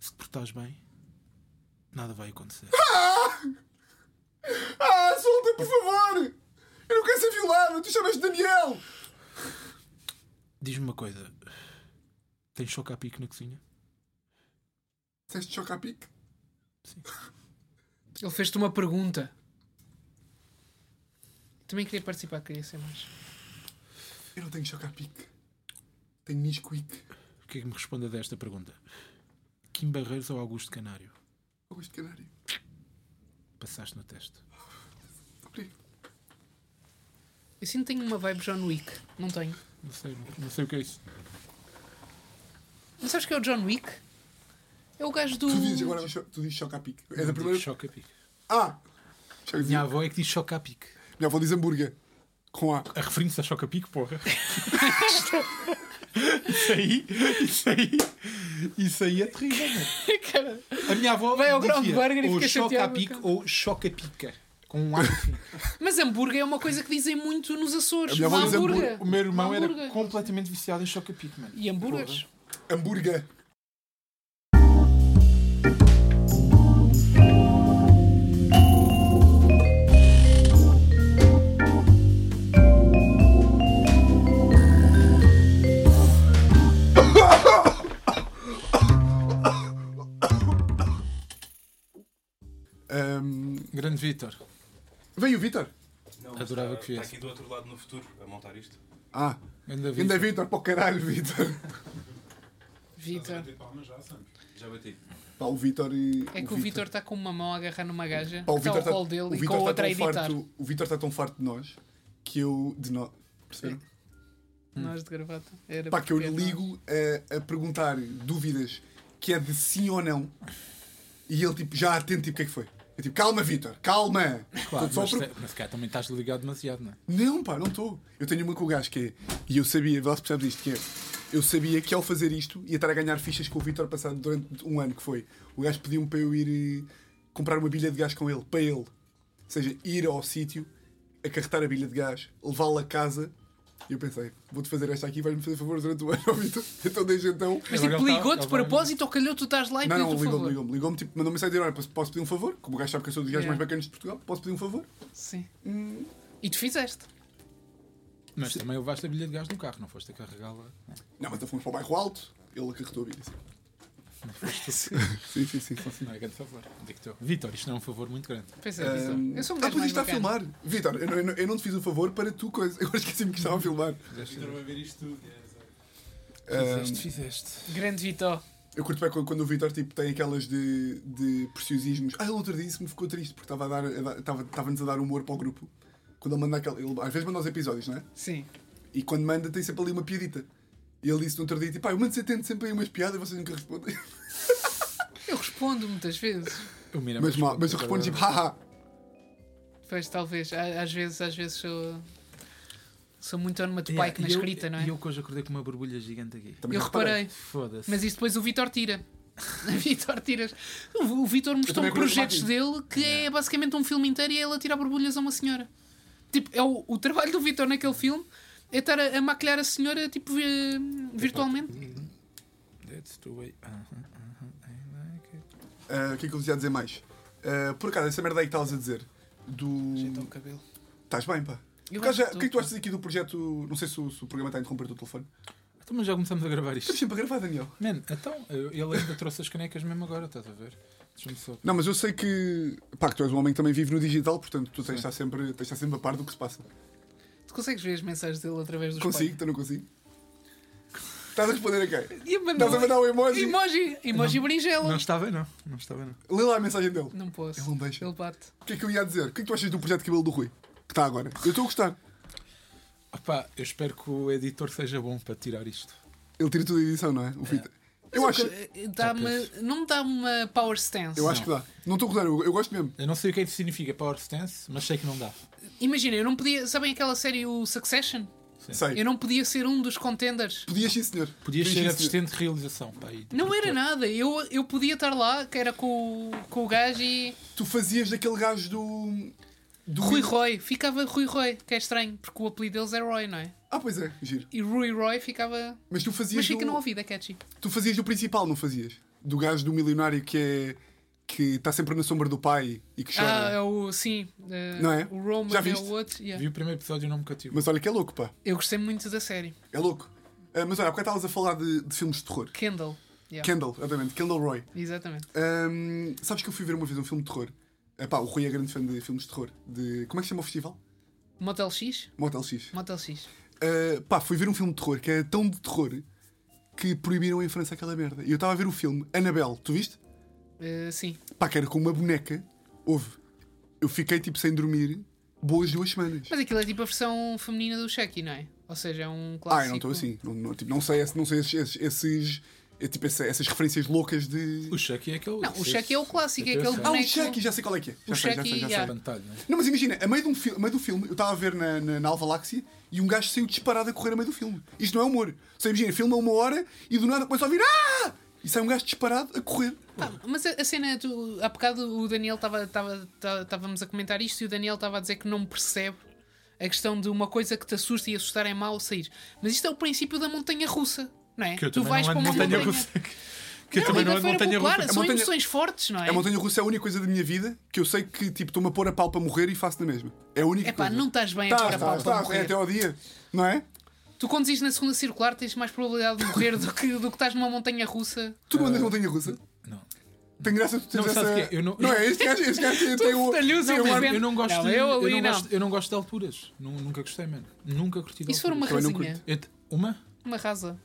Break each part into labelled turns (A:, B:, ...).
A: estás bem, nada vai acontecer.
B: Ah, solta, por favor! Eu não quero ser violado, tu chamas Daniel!
A: Diz-me uma coisa. Tens choca a pique na cozinha?
B: Disseste choca-pique?
C: Ele fez-te uma pergunta. Também queria participar, queria ser mais.
B: Eu não tenho choca-pique. Tenho Nisquik.
A: O que é que me responde a desta pergunta? Kim Barreiros ou Augusto Canário?
B: Augusto Oh, Canário.
A: Passaste no teste.
B: Obrigado.
C: Eu sinto que tenho uma vibe John Wick. Não tenho.
A: Não sei, não, não sei o que é isso.
C: Não sabes que é o John Wick? É o gajo do.
B: Tu dizes agora, cho- tu dizes choca-pique. É da
A: Digo
B: primeira.
A: Choca a pique.
B: Ah! Já dizia.
A: Minha avó é que diz choca a pique.
B: Minha avó diz hambúrguer. Com A.
A: A referência a choca a pique, porra. isso aí, isso aí, isso aí é terrível. mano.
C: Cara,
A: A minha avó
C: Vai ao
A: dizia,
C: Groundburger e
A: ou
C: fica
A: choca a
C: chateada,
A: pique
C: cara.
A: ou choca pica. Com um ar no fim.
C: Mas hambúrguer é uma coisa que dizem muito nos Açores.
B: A minha avó
C: Uma
B: diz hambúrguer.
C: hambúrguer.
A: O meu irmão
C: Uma
A: era
C: hambúrguer.
A: completamente viciado em choca pique, mano.
C: E hambúrgueres?
B: Hambúrguer. Ahm,
A: Grande Vitor.
B: veio Ehm, o Vitor.
D: Não,
A: Adorava
D: está-
A: que viesse.
D: Está aqui do outro lado no futuro a montar isto.
B: Ah,
A: Grande
B: ainda é
A: Vitor.
B: Vitor, para o caralho, Vitor.
C: Vitor.
D: Já bati.
B: Pá, o Vitor e.
C: É que o Vitor está com uma mão a agarrar numa gaja.
B: Pá,
C: que está ao colo
B: o
C: dele e com
B: Vitor está
C: a outra a
B: tão
C: editar.
B: farto- O Vitor está tão farto de nós que eu. De nós. Perceberam?
C: Nós de gravata. Era
B: Pá, que eu
C: porque
B: lhe
C: nós-
B: ligo
C: é?
B: a, a perguntar dúvidas que é de sim ou não e ele tipo já atende tipo o que é que foi. Eu tipo, calma Vitor, calma!
A: Claro,
B: Estou
A: mas,
B: só a
A: te- mas se calhar também estás ligado demasiado, não é?
B: pro- Não, pá, não estou. Eu tenho uma com o gajo que é, e eu sabia, vê lá se percebes isto, que é. Eu sabia que ao fazer isto ia estar a ganhar fichas com o Vitor passado durante um ano que foi. O gajo pediu-me para eu ir eh, comprar uma bilha de gás com ele, para ele. Ou seja, ir ao sítio, acarretar a bilha de gás, levá-la a casa. E eu pensei, vou-te fazer esta aqui, vais-me fazer favor durante o ano, ó, Vitor. Então desde então.
C: Mas
A: Agora
C: tipo,
A: ele tá-
C: ligou-te de
A: ele vai-
C: propósito ou calhou tu estás lá e
B: Não, não,
C: pediu-te o
B: ligou-me,
C: favor?
B: ligou-me, ligou-me, tipo, mandou-me mensagem a dizer, olha, posso, posso pedir um favor? Como o gajo sabe que eu sou dos gajos
C: Yeah.
B: mais bacanas de Portugal, posso pedir um favor?
C: Sim.
A: Hum.
C: E tu fizeste.
A: Mas também levaste a bilha de gás no carro, não foste a carregá-la.
B: Não, mas então fomos para o bairro alto, ele acarretou a vida, sim. sim, sim, sim, sim, sim.
A: Não é grande favor. Digo-te eu. Vitor, isto não é um favor muito grande.
C: Pois é, Vitor. Eu sou um
B: ah,
C: gajo
B: pois
C: mais
B: isto está a
C: bacana.
B: filmar. Vitor, eu, não- eu não- eu não te fiz o favor para tu coisa. Eu esqueci-me que estava a filmar.
D: Vitor vai ver isto tudo.
B: Ahm,
A: fizeste.
C: Grande Vitor.
B: eu curto bem quando, quando o Vitor tipo, tem aquelas de, de preciosismos. Ah, ele outro dia disse-me que ficou triste porque estava a dar- a dar- estava- estava-nos a dar humor para o grupo. Quando ele manda aquele. Ele, às vezes manda os episódios, não é?
C: Sim.
B: E quando manda, tem sempre ali uma piadita. E ele disse no outro dia: tipo, pá, eu mando sempre sempre aí umas piadas e vocês nunca respondem.
C: É, Eu respondo muitas vezes.
A: Eu mira,
B: Mas, mal, mas eu respondo tipo, haha.
C: Pois, talvez. Á- Às vezes, às vezes sou... Sou muito
A: Yeah,
C: onomatopaico na
A: e eu-
C: escrita, não é?
A: E
C: Eu,
A: eu que hoje acordei com uma borbulha gigante aqui.
B: Também já
C: reparei.
A: Foda-se.
C: Mas isso depois o Vitor tira. O Vitor tiras. O o Vitor mostrou
B: também
C: me
B: acredito
C: projetos
B: que
C: dele que é basicamente um filme inteiro e é ele a tirar borbulhas a uma senhora. Tipo, é o, o trabalho do Vitor naquele filme é estar a, a maquilhar a senhora tipo vi- virtualmente.
A: That's the way. Ah, Aham, aham, I like it.
B: Ah, o que é que eu vos ia dizer mais? Ah, por acaso, essa merda aí que estavas a dizer. Do.
C: Ajeitar o cabelo.
B: Estás bem, pá.
C: Eu
B: Por acaso, já-
C: gosto
B: o que é que tu
C: do-
B: achas aqui do projeto? Não sei se o, se o programa está a interromper o teu telefone.
A: Então, mas já começamos a gravar isto.
B: Estamos sempre a gravar, Daniel.
A: Man, então, eu- ele ainda trouxe as canecas mesmo agora, estás a ver? Deixa-me só.
B: Não, mas eu sei que. Pá, que tu és um homem que também vive no digital, portanto tu tens de
A: Sim.
B: estar sempre, tens de estar sempre a par do que se passa.
C: Tu consegues ver as mensagens dele através dos
B: Consigo, tu não consigo. Estás a responder a quem?
C: E mandou
B: Estás a mandar um emoji?
C: emoji, emoji berinjela.
A: Não está bem, não. Não está bem, não.
B: Lê lá a mensagem dele.
C: Não posso.
B: Ele não deixa.
C: Ele bate.
B: O que é que eu ia dizer? O que é que tu achas do projeto de cabelo do Rui? Que está agora. Eu estou a gostar.
A: Opá, eu espero que o editor seja bom para tirar isto.
B: Ele tira tudo a edição, não é? O Fita. Eu acho,
C: Dá eh, não me dá uma power stance.
B: eu acho que dá. Não estou a gostar, eu, eu gosto mesmo.
A: Eu não sei o que é que significa Power Stance, mas sei que não dá.
C: Imagina, eu não podia. Sabem aquela série, o Succession?
B: Sei.
C: Eu não podia ser um dos contenders.
B: Podias sim, senhor.
A: Podias ser
B: sim,
A: assistente de realização. Pá, e-
C: Não era nada. Eu, eu podia estar lá, que era com, o- com o gajo e.
B: senhor. Tu fazias daquele gajo do. do
C: Rui Roy. Ficava Rui Roy, que é estranho, porque o apelido deles é Roy, não é?
B: Ah, pois é, giro.
C: E Rui Roy ficava.
B: Mas tu fazias.
C: Mas
B: do...
C: fica no ouvido, é catchy.
B: Tu fazias do principal, não fazias? do gajo do milionário que é. que está sempre na sombra do pai e que
C: Ah,
B: chora.
C: é o. Sim. eh,
B: Não é?
C: O Roman
B: Já
C: é
B: viste?
C: o outro. yeah.
A: Vi o primeiro episódio e não me cativo.
B: Mas olha que é louco, pá.
C: Eu gostei muito da série.
B: É louco. Ah, mas olha, há bocado estavas a falar de, de filmes de terror.
C: Kendall. yeah,
B: Kendall, exatamente. Kendall Roy.
C: Exatamente.
B: Ahm, sabes que eu fui ver uma vez um filme de terror? Ah, pá, o Rui é grande fã de filmes de terror. De... Como é que se chama o festival?
C: Motel X?
B: Motel X.
C: Motel X.
B: Uh, pá, fui ver um filme de terror que era tão de terror que proibiram em França aquela merda. E eu estava a ver o filme Annabelle, tu viste?
C: Eh, sim.
B: Pá, que era com uma boneca. Houve. Eu fiquei tipo sem dormir boas duas semanas.
C: Mas aquilo é tipo a versão feminina do Chucky, não é? Ou seja, é um clássico.
B: Ah, eu não estou assim. Não, não, tipo, não sei, esse- não sei esses. esses, esses- é, tipo, essa- essas referências loucas de.
A: O Chucky é aquele.
C: Não, o Chucky é o clássico, é aquele
B: Ah, o
C: boneco.
B: Chucky, já sei qual é que é. Já
C: O
B: sei, já
C: Chucky,
B: sei, já
C: já.
B: sei.
A: Espantalho, não é?
B: Não, mas imagina, a meio, de um fi- a meio do filme, eu estava a ver na, na, na Alvaláxia e um gajo saiu disparado a correr a meio do filme. Isto não é humor. Só imagina, filma uma hora e do nada começa a ouvir Ah! E sai um gajo disparado a correr.
C: Pá, Ah, mas a, a cena, é tu, há bocado o Daniel estava estava- tá- estávamos a comentar isto e o Daniel estava a dizer que não percebe a questão de uma coisa que te assusta e assustar é mau sair. Mas isto é o princípio da montanha russa, não é?
A: Que eu também não ando montanha russa. Que eu
C: Não,
A: também
C: e da
A: não ando
C: feira
A: montanha
C: popular,
A: russa.
C: São
B: montanha-
C: emoções fortes, não é?
B: A montanha russa é a única coisa da minha vida que eu sei que tipo estou-me a pôr a pau para morrer e faço na mesma. É a única
C: Epá,
B: coisa.
C: não estás bem
B: Tá, tá,
C: agora, Paulo, para
B: tá,
C: morrer.
B: é até ao dia, não é?
C: Tu conduzis na segunda circular, tens mais probabilidade de morrer do que, do que estás numa montanha russa.
B: Tu não andas na montanha russa?
A: Não.
B: Tem graça tu tens
A: Não,
B: essa.
A: sabes o quê? Eu não-
B: é? Este gajo, este gajo tem- tem o.
C: Fortalhoso,
B: tem o-
C: eu
A: Mano,
C: Vendo?
A: eu não gosto
C: Não, é
A: de,
C: eu ali
A: não
C: não.
A: Gosto, eu não gosto de alturas. Nu- Nunca gostei, mano. Nunca curti de
C: E se for uma
A: alturas.
B: Também não
C: rasinha?
A: Ent- Uma?
C: Uma rasa.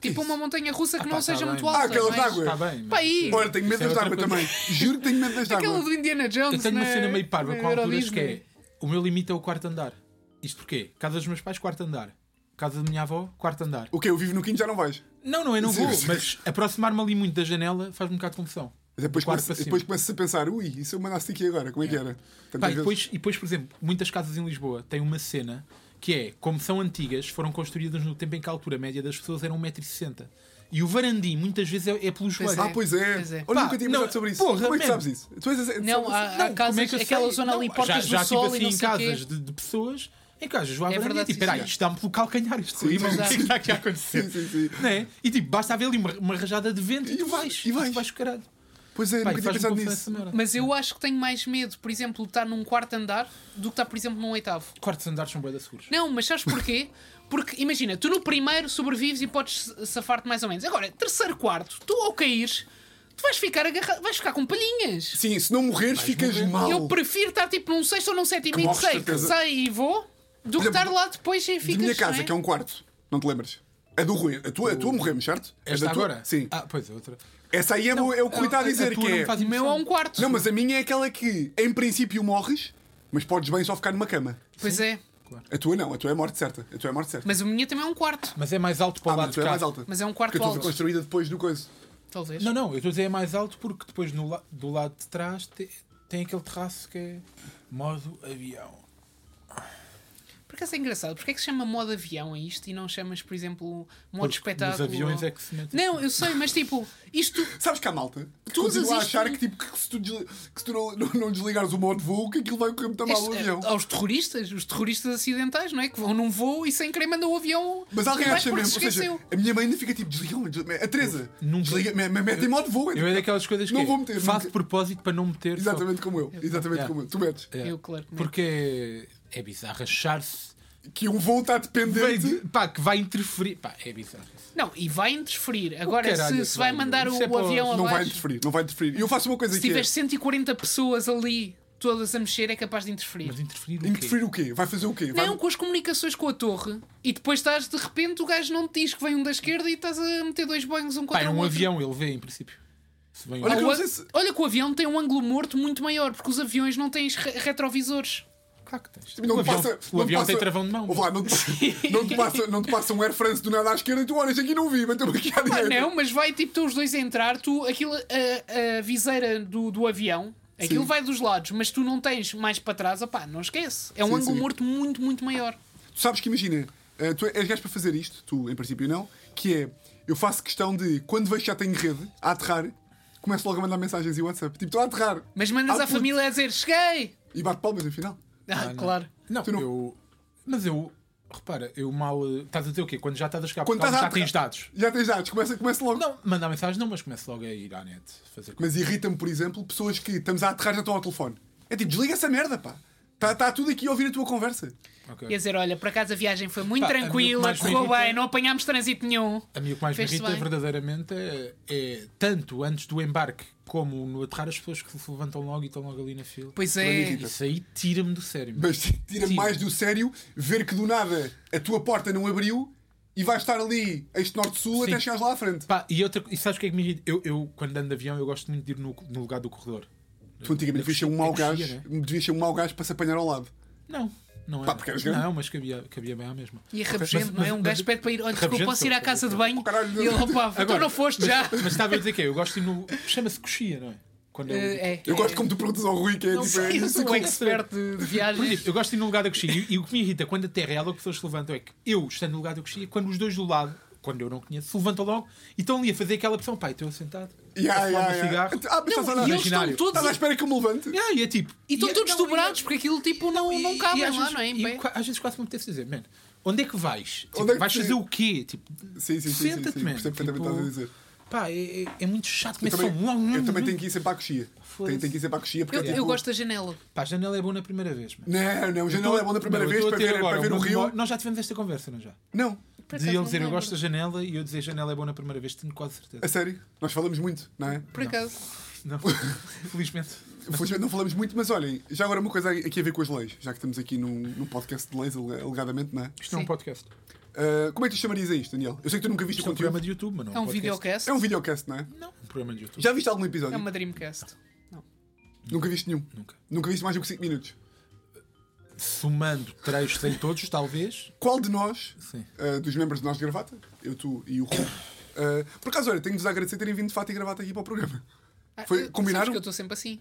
C: Tipo
B: Isso.
C: uma montanha russa que
A: Ah,
C: não
A: pá,
C: seja
A: tá
C: muito
A: bem.
C: alta.
B: Ah, aquelas
C: mas-
B: d'água.
A: Está bem.
C: Pá,
A: mas-
C: aí.
B: Olha, tenho medo
A: Isso é
B: das
A: outra
B: água
A: coisa.
B: também. Juro que tenho medo das
C: Aquela
B: água.
C: do Indiana Jones. né?
A: Eu tenho uma
C: na-
A: cena meio parva
C: na
A: com alturas que
C: Eurodisney.
A: é. O meu limite é o quarto andar. Isto porquê? Casa dos meus pais, quarto andar. Casa da minha avó, quarto andar.
B: O que Eu vivo no quinto já não vais.
A: Não, não, eu não
B: Sim,
A: vou,
B: sim.
A: mas aproximar-me ali muito da janela faz-me um bocado de confusão.
B: Mas Depois,
A: Do quarto
B: começa-
A: para cima.
B: depois começas a pensar, ui, e se eu mandasse aqui agora? Como é que era? Tantas
A: Pá, e,
B: vezes.
A: depois, e depois, por exemplo, muitas casas em Lisboa têm uma cena que é, como são antigas, foram construídas no tempo em que a altura média das pessoas era 1,60m. E o varandim, muitas vezes, é, é pelo joelho.
C: é.
B: Ah, pois é.
C: Pois é.
B: Olha,
A: Pá,
B: nunca tinha
A: não,
B: pensado sobre isso.
A: porra,
B: Como é que
A: man.
B: sabes isso? Tu és, a-
C: Não, há, há
A: Não,
C: casas,
A: como é que eu
C: aquela
A: sei?
C: zona ali,
A: Não,
C: portas
A: já,
C: do
A: já tive
C: sol
A: assim,
C: e não
A: em
C: sei o quê.
A: casas de, de pessoas em que às vezes vão à
C: É
A: varanda
C: verdade,
A: e é tipo,
C: sim,
A: peraí,
C: sim.
A: isto está-me pelo calcanhar, isto
B: Sim,
A: irmão, o que é que
C: exato.
A: está aqui a acontecer?
B: Sim, sim, sim.
A: Não é? E tipo, basta haver ali uma, uma rajada de vento e,
B: E
A: tu
B: vai-
A: vais,
B: e vais.
A: tu vais com o caralho.
B: Pois é,
A: Pá,
B: nunca
A: e
B: tinha
A: faz-me
B: pensado
A: confusão
B: nisso.
A: essa merda.
C: Mas eu acho que tenho mais medo, por exemplo, de estar num quarto andar do que estar, por exemplo, num oitavo.
A: Quartos andares são bué da seguros.
C: Não, mas sabes porquê? Porque imagina, tu no primeiro sobrevives e podes safar-te mais ou menos. Agora, terceiro, quarto, tu ao caíres, tu vais ficar agarrado, vais ficar com palhinhas.
B: Sim, se não morreres, ficas mal.
C: Eu prefiro estar tipo num sexto ou num sétimo e
B: morres,
C: sei que
B: certeza.
C: sei e vou, do que
B: Olha,
C: estar lá depois e
B: De
C: ficas.
B: minha casa,
C: não é?
B: que é um quarto. Não te lembras? A do Rui. A tua, a tua morremos, certo? A
A: Esta
B: É da tua-
A: agora?
B: Sim.
A: Ah, pois, a outra.
B: Essa aí é, boa- é o que o Rui está a
A: a- a
B: dizer,
A: tua
B: que
A: não me
B: é...
A: faz
C: O meu é um quarto.
B: Não, mas a minha é aquela que, em princípio, morres, mas podes bem só ficar numa cama.
C: Pois é.
B: A tua não, a tua é morte certa. A tua é morte certa.
C: Mas o minha também é um quarto,
A: Mas é mais alto para o
B: ah, mas
A: lado
B: a
A: de
B: tua é
A: cá.
B: mais alta.
C: Mas é um quarto
B: Porque a tua foi
C: alto.
B: construída depois do coisa.
C: talvez.
A: Não, não, eu estou a dizer é mais alto porque depois no la- do lado de trás te- tem aquele terraço que é modo avião.
C: Por acaso é engraçado, porque é que se chama modo avião a isto e não chamas, por exemplo, modo
A: Porque
C: espetáculo?
A: Nos aviões
C: ou-
A: é que se mete.
C: Não, eu sei, mas tipo, isto.
B: Sabes que há malta que
C: Tu usas
B: continua a
C: isto-
B: achar que, tipo, que se tu, desli- que se tu não, não, não desligares o modo de voo, que aquilo vai correr muito mal o
C: isto-
B: avião.
C: eh, aos terroristas, os terroristas acidentais, não é? Que vão num voo e sem querer mandam o avião.
B: Mas alguém
C: abaixo
B: acha
C: porque
B: mesmo, ou
C: se
B: seja,
C: esqueceu.
B: a minha mãe ainda fica tipo, desliga-me, desliga-me. a Teresa,
A: Nunca.
B: desliga-me, me- mete em modo de voo. tipo,
A: Eu é daquelas coisas que
B: Não
A: é,
B: vou meter,
A: faço
B: nunca.
A: de propósito para não meter. só.
B: Exatamente como eu, exatamente
A: Yeah.
B: como eu. Tu metes.
A: É.
C: Eu, claro. que não.
A: Porque é bizarro achar-se
B: Que um voo está
A: Vai-
B: dependente.
A: pá, que vai interferir. Pá, é bizarro.
C: Não, e vai interferir. Agora,
A: caralho
C: se,
A: é
C: se
A: que
C: vai
A: vai, meu?
C: mandar o,
A: Isso é para-
C: avião
B: Não vai
C: abaixo,
B: interferir, não vai interferir. E eu faço uma coisa
C: se
B: que é,
C: tiveres 140 pessoas ali, todas a mexer, é capaz de interferir.
A: Mas interferir o quê?
B: interferir o quê? Vai fazer o quê? Vai-
C: Não, com as comunicações com a torre e depois estás de repente o gajo não te diz que vem um da esquerda e estás a meter dois banhos um
A: Pá,
C: contra
A: é
C: o
A: um
C: outro.
A: avião, ele vê em princípio. Se vem um-
B: Olha
C: Ah,
B: que
C: o
B: eu não
C: a-
B: sei se-
C: Olha que o avião tem um ângulo morto muito maior porque os aviões não têm re- retrovisores.
A: Claro que tens.
B: Não
A: o
B: te
A: avião,
B: passa,
A: o
B: não te
A: avião
B: passa-
A: tem travão de mão.
B: Ouve lá, não, te, não, te passa, não te passa um Air France do nada à esquerda e tu olhas aqui e não vi, mas estou aqui à
C: Pá,
B: direita.
C: não, mas vai tipo tu os dois a entrar, tu aquilo, a, a viseira do, do avião, aquilo
B: Sim.
C: vai dos lados, mas tu não tens mais para trás, opá, não esquece. É um
B: Sim,
C: ângulo
B: sim.
C: morto muito, muito maior.
B: Tu sabes que imagina, eh, tu és gajo para fazer isto, tu em princípio não, que é eu faço questão de quando vejo que já tenho rede a aterrar, começo logo a mandar mensagens e WhatsApp. Tipo, estou a aterrar.
C: Mas mandas
B: Ah,
C: à
B: puto.
C: família a dizer cheguei!
B: E bate palmas no final.
C: Ah,
A: não.
C: claro.
A: Não,
B: Tu não-
A: eu. Mas eu. Repara, eu mal. eh, Estás a dizer o quê? Quando já estás a chegar
B: Quando
A: Portugal,
B: estás a
A: já tens dados.
B: Já tens dados, começa, começa logo.
A: Não, mandar mensagem não, mas começo logo a ir à net. Fazer coisas.
B: Mas irrita-me, por exemplo, pessoas que estamos a aterrar já estão ao telefone. É tipo, desliga essa merda, pá. Está tá tudo aqui a ouvir a tua conversa.
A: Ok.
C: Ia dizer, olha, por acaso a viagem foi muito
A: Pá, a
C: tranquila,
A: mim o que mais me
C: correu
A: irrita-
C: bem, não apanhámos trânsito nenhum.
A: A mim o que mais me
C: Fez-se
A: irrita
C: bem.
A: verdadeiramente é, é tanto antes do embarque como no aterrar as pessoas que se levantam logo e estão logo ali na fila.
C: Pois
B: Não me
C: é.
B: irrita.
A: Isso aí tira-me do sério. meu.
B: Mas tira
A: Sim.
B: mais do sério ver que do nada a tua porta não abriu e vais estar ali, este norte-sul,
A: Sim.
B: até chegares lá à frente.
A: Pá, e, outra, e sabes o que é que me irrita? Eu, eu, quando ando de avião, eu gosto muito de ir no, no lugar do corredor.
B: Tu
A: É
B: antigamente
A: que
B: devias ser um
A: chi-
B: mau
A: é que
B: gajo,
A: chia,
B: devias ser um mau gajo para se apanhar ao lado.
A: Não, não é.
B: Pá, porque eras grande.
A: não, mas cabia, cabia bem à mesma.
C: E é rabugento,
A: Mas-
C: não é? Um
A: mas-
C: gajo pede para ir, olha, desculpa,
A: Rabugento
C: posso ir à
A: sou.
C: casa de banho?
B: Caralho,
C: E ele,
B: não.
C: opa, então
A: Agora,
C: não foste já.
A: Mas estava a dizer que é, Eu gosto de ir no. Chama-se coxia, não é? Quando eu,
C: Eh, é,
B: Eu
C: é.
B: gosto como tu perguntas ao Rui, que é
C: Não
B: tipo. é
C: sei, eu
B: isso
C: sou
B: que
C: um
B: eu-
C: expert de de
A: Por
C: viagens.
A: exemplo, eu gosto de ir no lugar da coxia e, e o que me irrita quando a terra é algo que pessoas se levantam é que eu estando no lugar da coxia, quando os dois do lado, quando eu não conheço, se levantam logo e estão ali a fazer aquela opção, pai, estou sentado,
B: Ya,
A: a
B: ya,
A: fumar um
B: ya.
A: cigarro.
B: Ah, mas estás a olhar.
C: e eles estão
A: imaginário.
C: todos.
B: Estás à espera que eu me levante.
A: Ya, e é tipo.
C: E estão
A: é-
C: todos
A: não,
C: dobrados, porque aquilo tipo não,
A: e-
C: não
A: e
C: cabem
A: às
C: lá,
A: vezes-
C: não é? Em
A: e
C: pé.
A: qua- às vezes quase me apetece dizer, mano, onde é que vais? Tipo,
B: Onde é que
A: vais
B: tu-
A: fazer o quê? Tipo,
B: Sim, sim, sim, sim. sim.
A: Senta-te, man.
B: Percebo perfeitamente o que estás a
A: Tipo,
B: dizer.
A: pá, é, é- é muito chato.
B: Eu
A: Começa
B: também,
A: um.
B: eu também tenho que ir sempre à coxia.
A: Foda-se.
B: Tenho, tenho que ir sempre à coxia porque
C: Eu,
B: é tipo-
C: eu gosto da janela.
A: Pá, a janela é boa na primeira vez, mano.
B: Não, não, já
A: Eu
B: não
A: tô-
B: é bom da primeira
A: não, eu
B: vez
A: tô a
B: para
A: ter
B: ver,
A: agora
B: para ver o
A: uma
B: Rio.
A: memória- Nós já tivemos esta conversa, não já?
B: Não,
C: Por
A: De
C: acaso,
A: ele
C: não
A: dizer eu
C: lembro.
A: gosto da janela e eu dizer janela é boa na primeira vez, tenho quase certeza.
B: a sério, nós falamos muito, não é?
C: Por acaso.
A: Não, felizmente.
B: Felizmente não falamos muito, mas olhem, já agora uma coisa aqui a ver com as leis, já que estamos aqui num, num podcast de leis, alega- alegadamente, não é?
A: Isto não é um
C: Sim.
A: podcast.
B: Ah, como é que tu chamarias a isto, Daniel? Eu sei que tu nunca viste
A: Isto é
B: o
A: um
B: conteúdo.
A: programa de YouTube, mas não
C: É um
A: podcast.
C: videocast.
B: É um videocast, não é?
A: Não, um programa de YouTube.
B: Já viste algum episódio?
C: É uma Dreamcast.
B: Nunca viste nenhum.
A: Nunca.
B: Nunca viste mais do que 5 minutos.
A: Somando trechos em todos, talvez.
B: Qual de nós,
A: Sim.
B: ah, dos membros de nós de gravata, eu, tu e o Rui, ah, por acaso, olha, tenho de vos agradecer terem vindo de fato e gravata aqui para o programa.
C: Ah,
B: Foi-
C: eu-
B: combinaram?
C: sabes que eu estou sempre assim.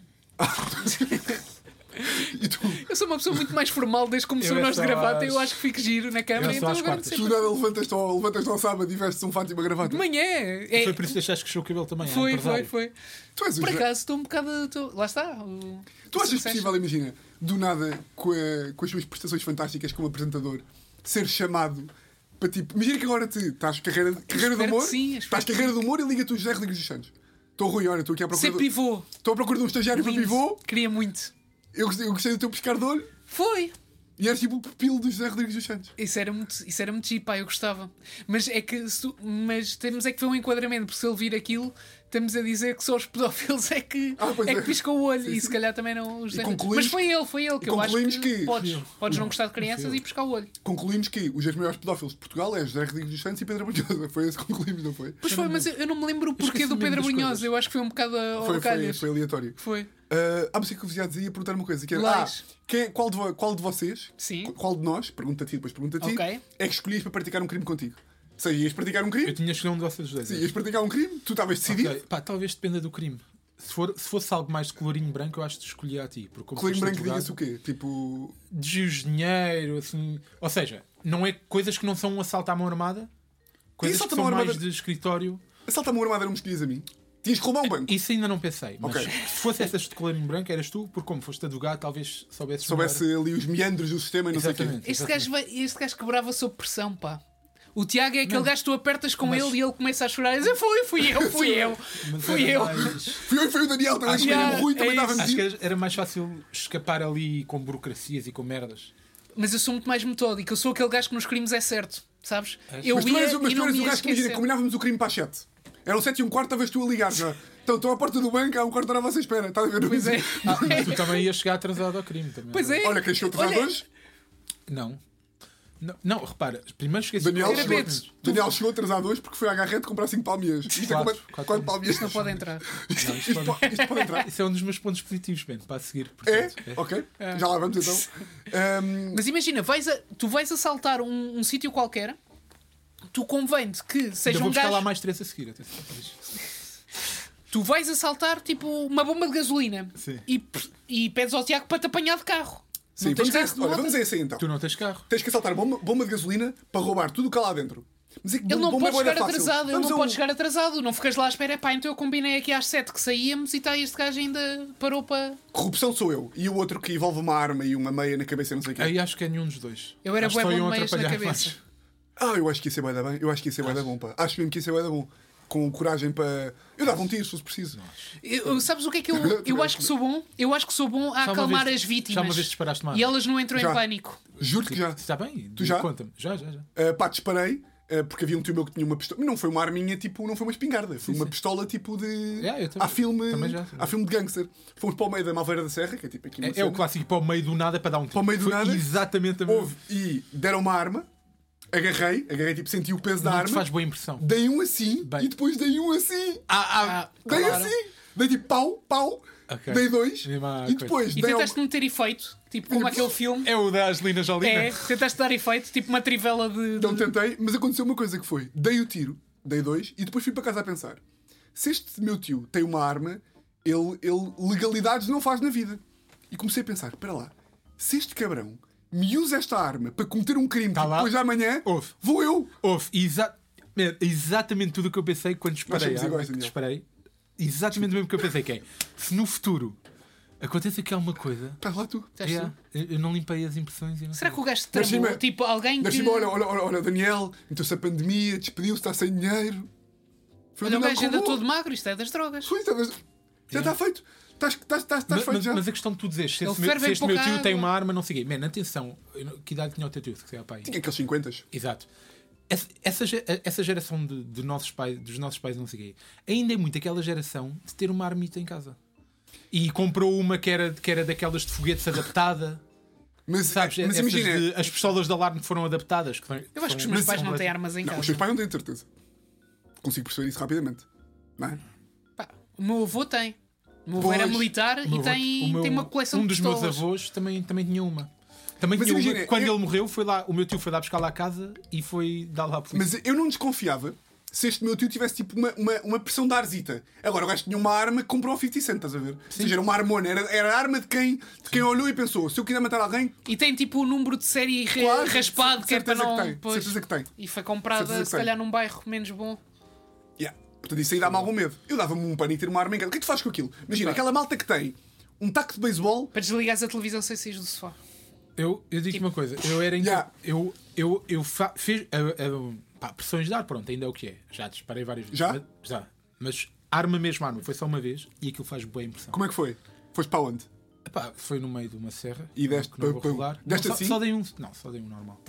B: E tu,
C: Eu sou uma pessoa muito mais formal desde que começou
A: Eu é
C: nós de
A: só
C: gravata.
A: às-
C: Eu acho que fico giro na câmara.
A: só
C: Então
A: às
C: agora
A: quartas.
B: tu
C: sempre...
B: nada levantas-te ao, levantas-te ao sábado e vestes um fato e uma gravata.
C: De manhã. É...
A: Foi por isso que deixaste crescer o cabelo também. é um
C: Foi, foi,
A: empresário.
C: foi.
B: Tu és o
C: Por
B: José-
C: acaso estou um bocado. estou- Lá está. o-
B: Tu achas
C: Succession.
B: possível, imagina, do nada, com, a- com as suas prestações fantásticas como apresentador, ser chamado para tipo. Imagina que agora te, estás carreira, carreira do
C: que
B: humor,
C: sim, espero
B: estás
C: que
B: carreira do humor e liga-te o José Rodrigues dos Santos. Estou ruim, olha, estou aqui à procura.
C: Ser
B: do-
C: pivô.
B: Estou à procura de um estagiário para
C: Lindo.
B: pivô,
C: Queria muito.
B: eu, gostei- eu gostei do teu pescar de olho
C: Foi.
B: e eras tipo o pupilo do José Rodrigues dos Santos.
C: Isso era muito, isso era muito giro, pá, eu gostava. Mas é que se tu- mas temos é que ver um enquadramento, porque se ele vir aquilo, estamos a dizer que só os pedófilos é que,
B: Ah, pois
C: é que
B: é.
C: piscam o olho
B: Sim,
C: e
B: sim.
C: se calhar também não os
B: E
C: devem-
B: concluímos
C: Mas foi ele, foi ele que
B: e
C: eu acho
B: concluímos
C: que,
B: que-
C: podes,
A: Fui eu.
C: podes não gostar de crianças e piscar o olho.
B: Concluímos que os dois maiores pedófilos de Portugal é José Rodrigues dos Santos e Pedro Brunhosa. Foi esse que concluímos, não foi?
C: Pois foi, mas eu, eu não me lembro o porquê
A: esqueci-me
C: do Pedro
A: das coisas.
C: Brunhosa, eu acho que foi um bocado ao
B: Foi, foi,
C: calhas.
B: foi aleatório.
C: Foi.
B: Ah, há uma coisa que eu vos ia dizer e ia perguntar uma coisa: que era, ah,
C: Leis.
B: quem- qual, de, vo- qual de vocês,
C: Sim.
B: qu- qual de nós, pergunta a ti, depois pergunta a ti,
C: Ok.
B: é que escolhias para praticar um crime contigo? Ou seja, ias praticar um
A: Eu
B: crime?
A: tinha escolhido um de vocês dois.
B: Sim,
A: é?
B: ias praticar um crime, tu estavas decidido,
A: Ok, Pá, talvez dependa do crime. Se, for, se fosse algo mais de colorinho branco, eu acho que escolhia a ti. Porque como
B: colorinho
A: foste
B: branco
A: advogado,
B: diga-se o quê? Tipo.
A: desvios de dinheiro, assim. Ou seja, não é coisas que não são um assalto à mão armada, coisas
B: assalto
A: que
B: à é mão
A: são mais
B: armada?
A: de escritório.
B: Assalta-me uma armada, não me escolhias a mim. Tinhas que roubar um banco.
A: Isso ainda não pensei, mas
B: Ok.
A: se fosse essas de colorinho branco, eras tu, porque como foste advogado, talvez soubesses.
B: Soubesse
A: melhor.
B: ali os meandros do sistema e não sei o quê.
A: Exatamente.
C: Este
A: exatamente.
C: gajo, vai- este gajo quebrava sob pressão, pá. O Tiago é aquele
A: Não.
C: gajo que tu apertas com
A: Mas-
C: ele e ele começa a chorar e diz: "Eu Fui, fui eu, fui eu,
A: Mas
C: é fui
A: era
C: eu.
A: mais-
B: Foi eu e foi o Daniel, também
A: Acho
B: escolhi
C: que-
B: o Rui, também
C: é
B: estava
C: isso.
A: Acho que
B: metido.
A: era- era mais fácil escapar ali com burocracias e com merdas.
C: Mas eu sou muito mais metódico. Eu sou aquele gajo que nos crimes é certo, sabes? Eu
B: Mas tu
C: ia
B: eras, mas
C: e
B: tu
C: não
B: eras
C: me
B: o
C: ia
B: gajo que imagina,
C: esquecer.
B: combinávamos o crime para as 7. Eram 7 e um quarto, estavas tu a ligar já. Então estou à porta do banco, há um quarto hora à vossa espera. Estás a ver?
C: Pois é.
A: Ah, mas tu também ias chegar atrasado ao crime também.
C: Pois é.
B: tá- Olha, quem chegou atrasado
C: Olha,
B: hoje?
A: Não. Não, não, repara, primeiro esqueci
B: Daniel
C: Era
B: chegou,
C: Beto.
B: Daniel chegou atrasado hoje porque foi à garrete comprar 5 palmias. Isto é
A: Quatro,
B: como-
A: quatro
B: quatro palmias.
C: Isto não pode entrar.
A: Não, isto
B: Isto pode- isto pode entrar.
A: Isso é um dos meus pontos positivos, Ben, para a seguir.
B: É?
A: portanto,
B: Ok. Já lá vamos então. Ahm,
C: Mas imagina, vais a- tu vais assaltar um, um sítio qualquer, tu convém-te que
A: Ainda
C: seja
A: vou
C: um
A: buscar
C: gajo.
A: lá mais três a seguir. atenção.
C: Tu vais assaltar tipo uma bomba de gasolina
A: Sim.
C: E, p- e pedes ao Tiago para te apanhar de carro.
B: Sim,
C: não tens
B: vamos a
C: carro de
B: esse- olha,
C: moto.
B: vamos a esse aí então.
A: Tu não tens carro.
B: Tens que assaltar bomba, bomba de gasolina para roubar tudo o que há lá dentro. Mas é que
C: Ele não
B: bomba é bué
C: pode
B: da
C: chegar
B: fácil.
C: atrasado, ele
B: Vamos
C: não
B: a um-
C: pode chegar atrasado. Não ficas lá à espera, pá, então eu combinei aqui às 7 que saíamos e está este gajo ainda parou para.
B: Corrupção sou eu. E o outro que envolve uma arma e uma meia na cabeça, e não sei o quê.
A: Aí acho que é nenhum dos dois.
C: Eu era
A: Acho que
C: bué
A: só
C: bom
A: iam
C: de meias na
A: atrapalhar
C: cabeça.
A: mais.
B: Ah, eu acho que isso é bué da bem. Eu acho que isso é bué da bom, pá. Acho mesmo que isso é bué da bom. Com coragem para. Eu dava um tiro se fosse preciso.
C: Eu- eu- sabes o que é que eu, eu acho que sou bom? Eu acho que sou bom a
A: Já uma
C: acalmar
A: vez-
C: as vítimas.
A: já uma vez disparaste uma
C: E
A: arma.
C: elas não entram
B: Já.
C: em pânico.
B: Juro que já.
A: Está Tipo, tá bem?
B: Tu já?
A: Conta-me. Já, já, já.
B: Uh, pá, disparei, uh, porque havia um tio meu que tinha uma pistola. Não foi uma arminha, tipo, não foi uma espingarda. Foi uma pistola tipo de.
A: Yeah, eu também-
B: há filme.
A: também já.
B: Há filme de gangster. Fomos para o meio da Malveira da Serra, que é tipo aqui uma
A: É, é
B: cena.
A: o clássico ir para o meio do nada para dar um tiro.
B: Para o meio do
A: Foi
B: nada.
A: Exatamente a mesma.
B: Houve e deram uma arma, agarrei, agarrei, tipo, senti o peso da
A: Não te
B: arma.
A: faz boa impressão.
B: Dei um assim
A: Bem.
B: e depois dei um assim.
A: Ah, ah,
B: Dei
A: claro.
B: assim. Dei tipo pau, pau.
A: Ok.
B: Dei dois.
A: Mesma
B: E
A: coisa.
B: depois
C: E
B: dei ao-
C: tentaste meter efeito, tipo como aquele filme.
A: É o da Angelina Jolie.
C: É,
A: não
C: tentaste dar efeito, tipo uma trivela de. de-
B: Não Então tentei, mas aconteceu uma coisa que foi: dei o tiro, dei dois, e depois fui para casa a pensar: se este meu tio tem uma arma, ele, ele legalidades não faz na vida. E comecei a pensar: espera lá, se este cabrão me usa esta arma para cometer um crime
A: Tá
B: que
A: lá.
B: depois de amanhã,
A: Ouve.
B: vou eu.
A: Houve exa man, exatamente tudo o que eu pensei quando disparei.
B: somos
A: a arma
B: iguais,
A: que
B: Daniel.
A: disparei. Exatamente o mesmo que eu pensei. Que é, se no futuro acontece aqui alguma coisa.
B: Estás lá tu.
C: Teste.
A: yeah, eu eu não limpei as impressões. e não
C: Será que o gajo
B: Mas
C: tramou?
B: sim,
C: Tipo, alguém
B: Ainda por
C: que.
B: cima, olha, olha, olha, olha, o Daniel, meteu-se a pandemia, despediu-se, está sem dinheiro. Foi
C: Olha,
B: Daniel
C: o gajo
B: que
C: ainda
B: roubou.
C: todo magro, isto é das drogas.
B: Foi, tá, mas- Já está feito. Estás estás- estás- estás
A: Mas,
B: feito
A: mas,
B: já.
A: mas é a questão de tu dizes, se,
C: Ele
A: esse meu,
C: ferve
A: se
C: em
A: este meu
C: pouca
A: tio tem
C: água.
A: uma arma, não sei o quê. Man, atenção, eu não- que idade tinha o teu tio? Se calhar, pai.
B: Tinha aqueles 50.
A: Exato. Essa, essa, ge- essa geração de, de nossos pais, dos nossos pais, não sei o quê, ainda é muito aquela geração de ter uma armita em casa. E comprou uma que era, que era daquelas de foguetes adaptada.
B: Mas,
A: Sabes? é,
B: mas
A: Essas
B: imagina,
A: de- as pistolas de alarme que foram adaptadas. Que foram-
C: Eu acho que os
A: foram-
C: meus
A: mas
C: pais
A: são
C: não têm
A: completas-
C: armas em
B: Não, os
C: casa.
B: seus pais não têm de certeza. Consigo perceber isso rapidamente. Não é?
C: Pá, o meu avô tem. O meu avô
B: Pois.
C: era militar
A: O meu
C: e
A: avô-
C: tem,
A: o meu-
C: tem uma coleção
A: Um
C: de
A: dos
C: pistolas.
A: meus avós também, também tinha uma. Também
B: Mas
A: tinha uma.
B: imagina,
A: Quando
B: eu-
A: ele morreu, foi lá, o meu tio foi lá buscar lá a casa e foi dar lá a polícia.
B: Mas eu não desconfiava se este meu tio tivesse tipo uma, uma, uma pressão de arzita. Agora o gajo tinha uma arma que comprou ao 50 Cent, estás a ver? Ou seja, era uma harmona, era, era a arma de quem, de quem olhou e pensou: se eu quiser matar alguém,
C: E tem tipo o número de série re-
B: claro.
C: raspado, que é para
B: certeza
C: não.
B: que tem.
C: pois.
B: Certeza que tem.
C: E foi comprada,
B: Certeza que
C: se
B: tem.
C: calhar, num bairro menos bom.
B: Yeah. Portanto, isso aí dá-me algum medo. Eu dava-me um pânico ter uma arma em casa. O que é que tu fazes com aquilo? Imagina, aquela malta que tem um taco de beisebol.
C: Para desligares a televisão sem sair do sofá.
A: Eu, eu
C: Tipo-
A: digo uma coisa, eu era ainda.
B: Yeah.
A: Eu, eu, eu fa- fiz. ah, ah, pá, pressões de ar, pronto, ainda é o que é. Já disparei várias vezes.
B: Já?
A: Mas, já. Mas arma mesmo, arma, foi só uma vez e aquilo faz boa impressão.
B: Como é que foi? Foste para onde?
A: Epá, foi no meio de uma serra.
B: E deste
A: que não
B: pa-
A: vou
B: pa-
A: revelar.
B: deste
A: Não, só,
B: assim?
A: só dei um. Não, só dei um normal.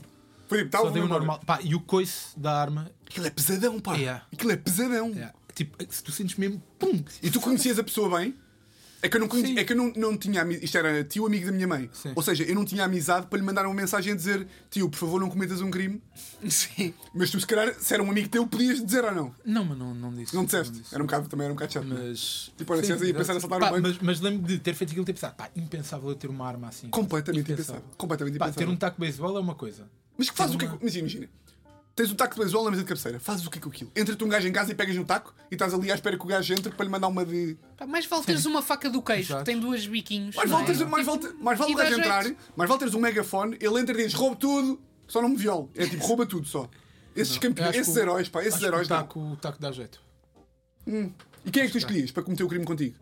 B: Foi tipo,
A: Só
B: tal,
A: dei um normal. Pá, e o coice da arma.
B: Aquilo é pesadão, pá.
A: Yeah.
B: Aquilo é pesadão.
A: é, tipo, se tu sentes mesmo. Pum!
B: E tu conhecias a pessoa bem? É que eu não, conhe-
A: Sim.
B: é que eu não, não tinha ami- Isto era tio amigo da minha mãe.
A: Sim.
B: Ou seja, eu não tinha amizade para lhe mandar uma mensagem a dizer tio, por favor, não cometas um crime.
C: Sim.
B: Mas tu, se calhar, se era um amigo teu, podias dizer ou não.
A: Não, mas não, não disse.
B: Não disseste.
A: disse.
B: Era um bocado, também era um bocado chato. não é?
A: Mas.
B: Tipo, olha,
A: Sim,
B: chegas aí a
A: exato.
B: pensar em assaltar
A: Pá,
B: um banco.
A: Mas, mas lembro de ter feito aquilo e ter pensado, pá, impensável eu ter uma arma assim.
B: Completamente impensável. Completamente
A: Pá, ter
B: impensável.
A: um taco de beisebol é uma coisa.
B: Mas que fazes o que
A: ter
B: é
A: uma-
B: que. Imagina, imagina. Tens um taco de beisebol na mesa de cabeceira. Fazes o que é com aquilo? Entra-te um gajo em casa e pegas no taco e estás ali à espera que o gajo entre para lhe mandar uma de.
C: Pá, mais vale teres uma faca do queijo,
A: Exato.
C: que tem duas biquinhos.
B: Mais
C: não
B: vale, teres,
C: é?
B: mais, vale, te- mais vale
C: E
B: o
C: dá
B: gajo entrar,
C: jeito.
B: mais vale teres um megafone, ele entra e diz roubo tudo, só não me viole. É tipo, rouba tudo só. Esses
A: Eu
B: campeões,
A: acho
B: esses
A: que o-
B: heróis, pá, esses
A: acho que
B: heróis
A: O
B: não.
A: taco, o taco dá jeito.
B: E quem é que tu escolhias para cometer o crime contigo?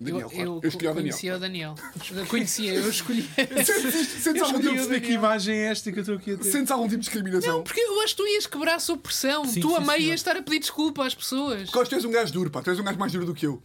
C: Eu,
B: Daniel, claro.
C: eu,
B: Eu, escolhi o Daniel.
C: conhecia o Daniel. Eu conhecia, eu escolhi.
B: Sentes isto- Sentes
C: Eu
B: algum tipo
C: escolhi o
B: de-
C: Daniel.
A: Que imagem é esta que eu estou aqui a ter?
B: sentes algum tipo de discriminação?
C: Porque eu acho que tu ias quebrar sob pressão.
A: Sim,
C: tu
A: sim,
C: a meio
A: senhor.
C: ias estar a pedir desculpa às pessoas.
B: Porque tu és um gajo duro, pá, tu és um gajo mais duro do que eu.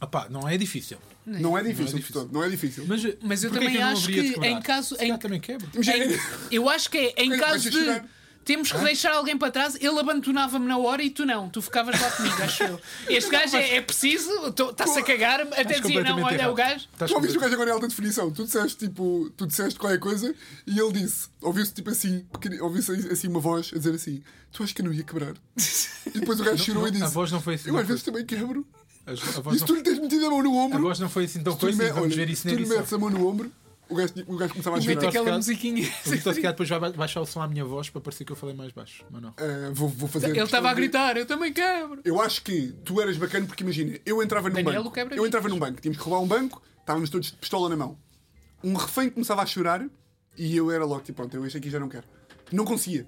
A: Opá, não é difícil.
B: Não é difícil,
A: difícil.
B: portanto, não é difícil.
A: Mas,
C: Mas eu
A: porquê
C: também
A: que não
C: acho
A: haveria de
C: que
A: quebrar?
C: em caso-
A: Se calhar
C: em-
A: também quebra.
C: Em-
B: Imagina-
C: eu acho que é em
B: Vai- vai-se
C: caso de
B: chorar.
C: temos que deixar alguém para trás, ele abandonava-me na hora e tu não, tu ficavas lá comigo, acho eu. Este gajo é, é preciso, está-se a cagar, até
A: Estás
C: dizia não,
A: completamente
C: olha é
A: errado.
C: o gajo.
A: Estás
B: Tu ouviste o
A: completamente-
B: gajo agora em alta definição, tu disseste tipo, tu disseste qualquer coisa e ele disse, ouviu-se tipo assim, pequeni- ouviu-se assim uma voz a dizer assim, tu achas que eu não ia quebrar? E depois o gajo chorou
A: não,
B: e disse,
A: a voz não foi assim,
B: eu
A: não
B: às vezes também quebro.
A: A, a
B: E
A: voz
B: se tu
A: não,
B: lhe tens metido a mão no
A: a
B: ombro,
A: voz não foi assim tão
B: se tu lhe,
A: coisa.
B: me-
A: Vamos
B: olha,
A: ver
B: se
A: isso
B: tu
A: na
B: lhe
A: edição.
B: metes a mão no ombro, o gajo, o gajo começava a
A: Vitor,
B: chorar.
A: se calhar-
C: musiquinha.
A: O Vitor, se calhar, depois vai ba- baixar o som à minha voz para parecer que eu falei mais baixo. Mas não.
B: Ah, vou, vou fazer
C: Ele estava a
B: questão de-
C: gritar, eu também quebro.
B: Eu acho que tu eras bacana porque imagina, eu entrava num
C: Daniel, o
B: banco.
C: quebra-vidas.
B: Eu entrava num banco, tínhamos que roubar um banco, estávamos todos de pistola na mão. Um refém começava a chorar e eu era logo tipo, pronto, eu este aqui já não quero. Não conseguia.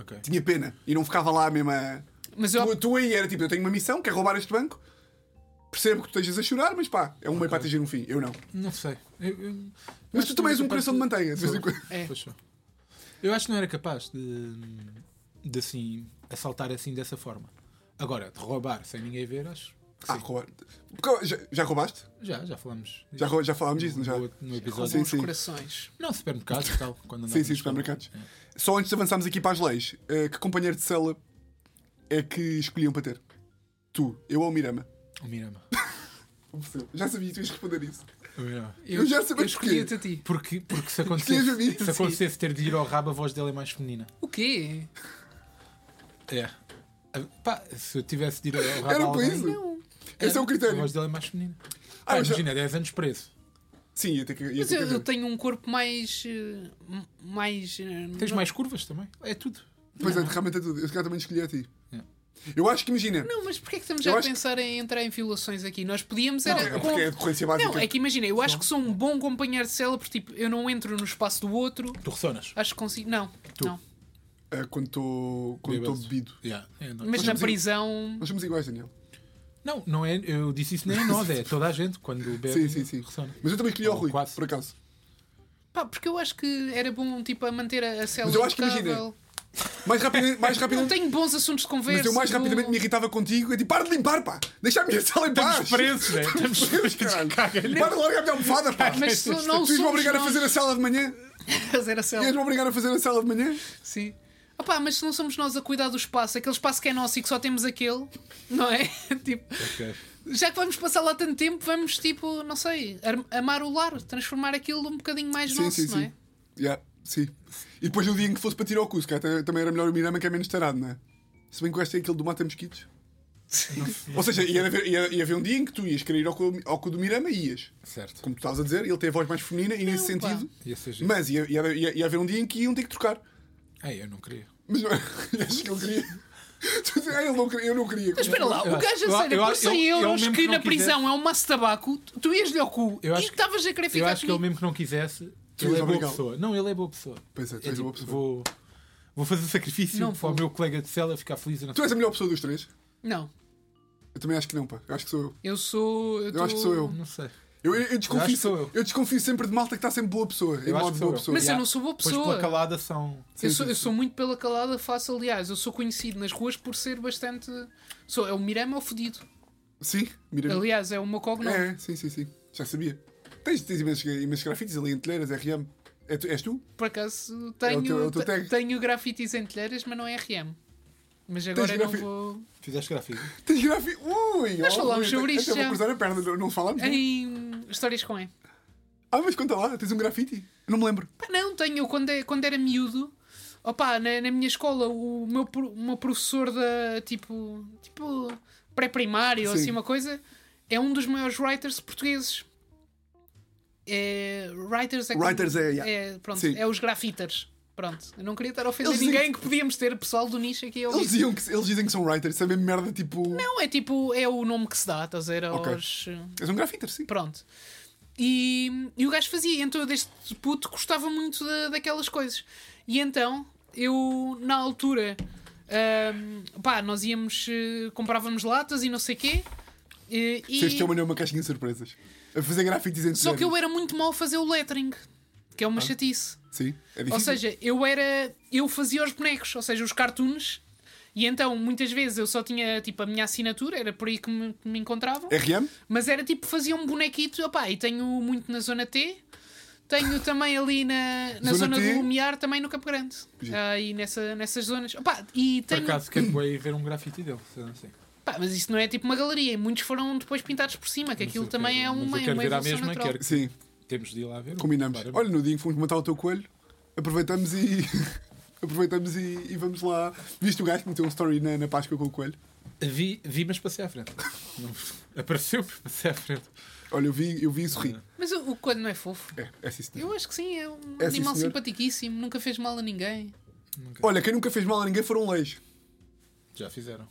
A: Ok.
B: Tinha pena. E não ficava lá mesmo a.
C: Mas eu,
B: Tu, tu aí era tipo, eu tenho uma missão, que é roubar este banco. Percebo que tu estejas a chorar, mas pá, é um meio para atingir um fim. Eu não.
A: Não sei. Eu- eu-
B: Mas
A: acho
B: tu
A: que
B: também
A: não
B: és um
A: era
B: coração de
A: capaz
B: manteiga, de vez em quando.
C: é,
A: Pois sou. Eu acho que não era capaz de, de assim assaltar assim dessa forma. Agora, de roubar sem ninguém ver, acho.
B: Ah, roubar. Porque Já, já roubaste?
A: Já, já falamos.
B: Já, rou- já falámos disso,
A: no,
B: não já?
A: outro- no episódio.
C: roubam os
B: sim.
C: corações.
A: Não, supermercados e tal. Quando andava
B: Sim, sim,
A: na escola.
B: supermercados.
C: é.
B: Só antes de avançarmos aqui para as leis, eh, que companheiro de cela é que escolhiam para ter? Tu, eu ou o Mirama?
A: O Mirama.
B: Já sabia que tu ias responder isso.
A: O Mirama.
B: Eu já sabia
C: eu escolhi-te
B: porquê.
C: a ti.
A: Porque, porque se
B: Escolheste a mim?
A: acontecesse, se
B: Sim.
A: acontecesse ter de ir ao rabo, a voz dele é mais feminina.
C: O quê?
A: É. Ah, Pá, se eu tivesse de ir ao rabo.
B: Era
A: a
B: por
A: alguém,
B: isso. Esse é o
A: A
B: critério.
A: voz dele é mais feminina.
B: Ah,
A: Pá,
B: mas já-
A: imagina, 10 anos preso.
B: Sim, ia ter que. Ia
C: Mas
B: ter
C: eu,
B: que
C: eu
B: haver.
C: tenho um corpo mais. eh, m- mais. eh,
A: Tens
C: não-
A: mais curvas também. É tudo.
B: Pois é, realmente é tudo. Eu se calhar também escolhi a ti.
A: É.
B: Eu acho que, imagina.
C: Não, mas porquê é que estamos
B: Eu
C: já a
B: acho que-
C: pensar em entrar em violações aqui? Nós podíamos
B: Não,
C: era.
B: é porque é a decorrência básica.
C: Não, é que imagina, eu acho que sou um bom companheiro de cela porque tipo, eu não entro no espaço do outro,
A: Tu ressonas.
B: Ah,
C: acho que consigo. Não, não.
B: Eh, quando estou quando estou
A: Bêbado.
B: bebido.
A: Yeah, é nóis.
C: Mas
B: Nós
C: na
B: somos-
C: prisão.
B: Nós somos iguais, Daniel.
A: Não, não é. Eu disse isso nem a nós, é toda a gente. Quando bebe,
B: Sim, sim, sim.
A: ressona.
B: Mas eu também escolhi ao
A: Ou
B: Rui,
A: quase.
B: por acaso.
C: Pá, porque eu acho que era bom tipo, a manter a, a cela.
B: Mas eu acho que imagina,
C: impecável.
B: Mais rapidamente. Mais
C: Não
B: rapidamente
C: tenho bons assuntos de conversa.
B: mas eu mais
C: não-
B: rapidamente me irritava contigo. É tipo, para de limpar, pá! Deixa a minha sala em paz!
A: Estamos presos, né? Estamos
B: Deus,
A: presos.
B: caralho.
A: Caga-lhe.
B: Para de largar a minha almofada, pá!
C: Mas se não
B: tu me
C: somos
B: obrigar a
C: nós-
B: fazer a sala de manhã?
C: fazer a cela.
B: Ias-me obrigar a fazer a sala de manhã?
C: Sim. Ah pá, mas se não somos nós a cuidar do espaço, aquele espaço que é nosso e que só temos aquele, não é? tipo,
A: Ok.
C: já que vamos passar lá tanto tempo, vamos, tipo, não sei, ar- amar o lar, transformar aquilo um bocadinho mais nosso, não é?
B: Yeah, sim. E depois no dia em que fosse para tirar o cu, se calhar ta- também era melhor o Mirama que é menos tarado, não é? Se bem que o este é aquele do mata mosquitos. Ou seja, ia haver, ia, ia haver um dia em que tu ias querer ir ao cu, ao cu do Mirama e ias.
A: Certo.
B: Como tu estavas a dizer, ele tem a voz mais feminina e nesse
C: Não, pá.
B: sentido.
A: Ia ser giro.
B: Mas ia, ia, ia, ia haver um dia em que iam ter que trocar.
A: Ei, eu não queria.
B: Mas não, acho que ele queria. Tu dizes, "Ah, ele não queria. Eu não queria.
C: Mas espera lá,
A: Eu
C: o gajo
A: acho-
C: a sério,
A: eu-
C: por
A: eu-
C: 100
A: eu- eu
C: euros
A: mesmo
C: que
A: que não
C: na prisão é um maço de tabaco, tu- tu ias-lhe ao cu
A: Eu
C: e
A: acho que-
C: estavas a querer
A: Eu
C: ficar
A: acho que ele
C: comigo.
A: mesmo que não quisesse,
B: ias
A: ele é boa
B: obrigá-lo.
A: pessoa. Não, ele é boa pessoa.
B: Pois é, tu
A: É
B: és
A: tipo,
B: boa pessoa.
A: Vou, vou fazer o sacrifício
C: Não
A: para o
C: vou.
A: meu colega de cela ficar feliz. e não
B: Tu és a melhor pessoa dos três.
C: Não,
B: Eu também acho que não, pá. Eu acho que sou eu.
C: eu sou. Eu,
B: Eu acho
C: tô-
B: que sou eu.
A: Não sei.
B: Eu, eu- eu
A: acho
B: desconfio,
A: que sou eu.
B: eu desconfio sempre de malta que está sempre boa pessoa. Em
A: Eu acho
B: modo
A: que
B: boa
A: sou eu.
B: pessoa.
C: Mas eu
A: Yeah.
C: não sou boa
A: Pois pela
C: pessoa.
A: calada são.
B: Sim,
C: eu, sou,
B: sim,
C: eu
B: sim.
C: sou muito pela calada, faço, aliás, eu sou conhecido nas ruas por ser bastante. Sou, é o Mirama ou fodido.
B: Sim, mira.
C: Aliás, é o meu cognome.
B: É, sim, sim, sim. Já sabia. Tens, tens imensos, imensos grafites ali em telheiras, RM. É tu, és tu?
C: Por acaso
B: É
C: tenho,
B: o teu- é o teu
C: te-
B: tag.
C: tenho grafites em telheiras, mas não é RM. Mas agora eu não
B: grafi-
C: vou.
A: Fizeste gráfico.
B: Tens grafite. Ui!
C: Nós
B: oh,
C: falámos
B: ui,
C: sobre
B: até-
C: isto
B: até
C: já.
B: vou cruzar a perna, não, não falámos. não?
C: Em histórias com E.
B: Ah, mas conta lá, tens um grafite. Eu Não me lembro.
C: Pá, não, tenho. Eu Quando, é- quando era miúdo, opá, na, na minha escola, o meu, pro- o meu professor da tipo. tipo pré-primário ou
B: Sim.
C: assim uma coisa, é um dos maiores writers portugueses. É, writers é como-
B: Writers é, yeah.
C: é, pronto,
B: Sim.
C: é os grafiters. Pronto, eu não queria estar a ofender
B: Eles
C: ninguém
B: dizem-
C: que podíamos ter pessoal do nicho aqui a ouvir.
B: Eles, diziam que, eles dizem que são writers, sabem merda tipo.
C: Não, é tipo, é o nome que se dá, estás a ver?
B: Ok.
C: Aos... eh,
B: És um grafiter, sim.
C: Pronto. E, e o gajo fazia, então eu deste puto gostava muito da- daquelas coisas. E então, eu na altura, ahm, pá, nós íamos, eh, comprávamos latas e não sei quê. eh, e-
B: Fez-te uma, uma caixinha de surpresas. A fazer grafites em
C: Só que eu
B: telheiras.
C: era muito mal a fazer o lettering, que é uma chatice.
B: Sim, é Ah, difícil.
C: Ou seja, eu era. Eu fazia os bonecos, ou seja, os cartoons. E então, muitas vezes eu só tinha tipo a minha assinatura, era por aí que me, que me encontravam.
B: RM?
C: Mas era tipo, fazia um bonequito, opá, e tenho muito na Zona T. Tenho também ali na, na
B: Zona
C: zona,
B: T.
C: do Lumiar, também no Campo Grande.
B: Giro.
C: Ah, e nessa, nessas zonas. Opá, e
A: Por
C: tenho.
A: acaso quero bué ir ver um grafite dele. sei lá, Assim.
C: Pá, mas isso não é tipo uma galeria. e Muitos foram depois pintados por cima, que aquilo
A: eu
C: também
A: quero-
C: é
A: mas eu
C: uma,
A: quero
C: uma
A: ver à
C: evolução
A: mesma,
C: natural.
A: quero-
B: Sim,
A: Temos de ir lá ver. um.
B: combinamos.
A: Claramente.
B: Olha, no dia em que fomos matar o teu coelho, aproveitamos e. aproveitamos e, e vamos lá. Viste o gajo que meteu um story na, na Páscoa com o coelho?
A: Vi, vi, mas passei à frente. Não- Apareceu, mas passei à frente.
B: Olha, eu vi, eu vi e sorri.
C: Mas o, o coelho não é fofo.
B: É, é sim, senhor.
C: Eu acho que sim, é um
B: É, sim,
C: animal
B: senhor.
C: simpaticíssimo, nunca fez mal a ninguém.
B: Olha, quem nunca fez mal a ninguém foram leis.
A: Já fizeram.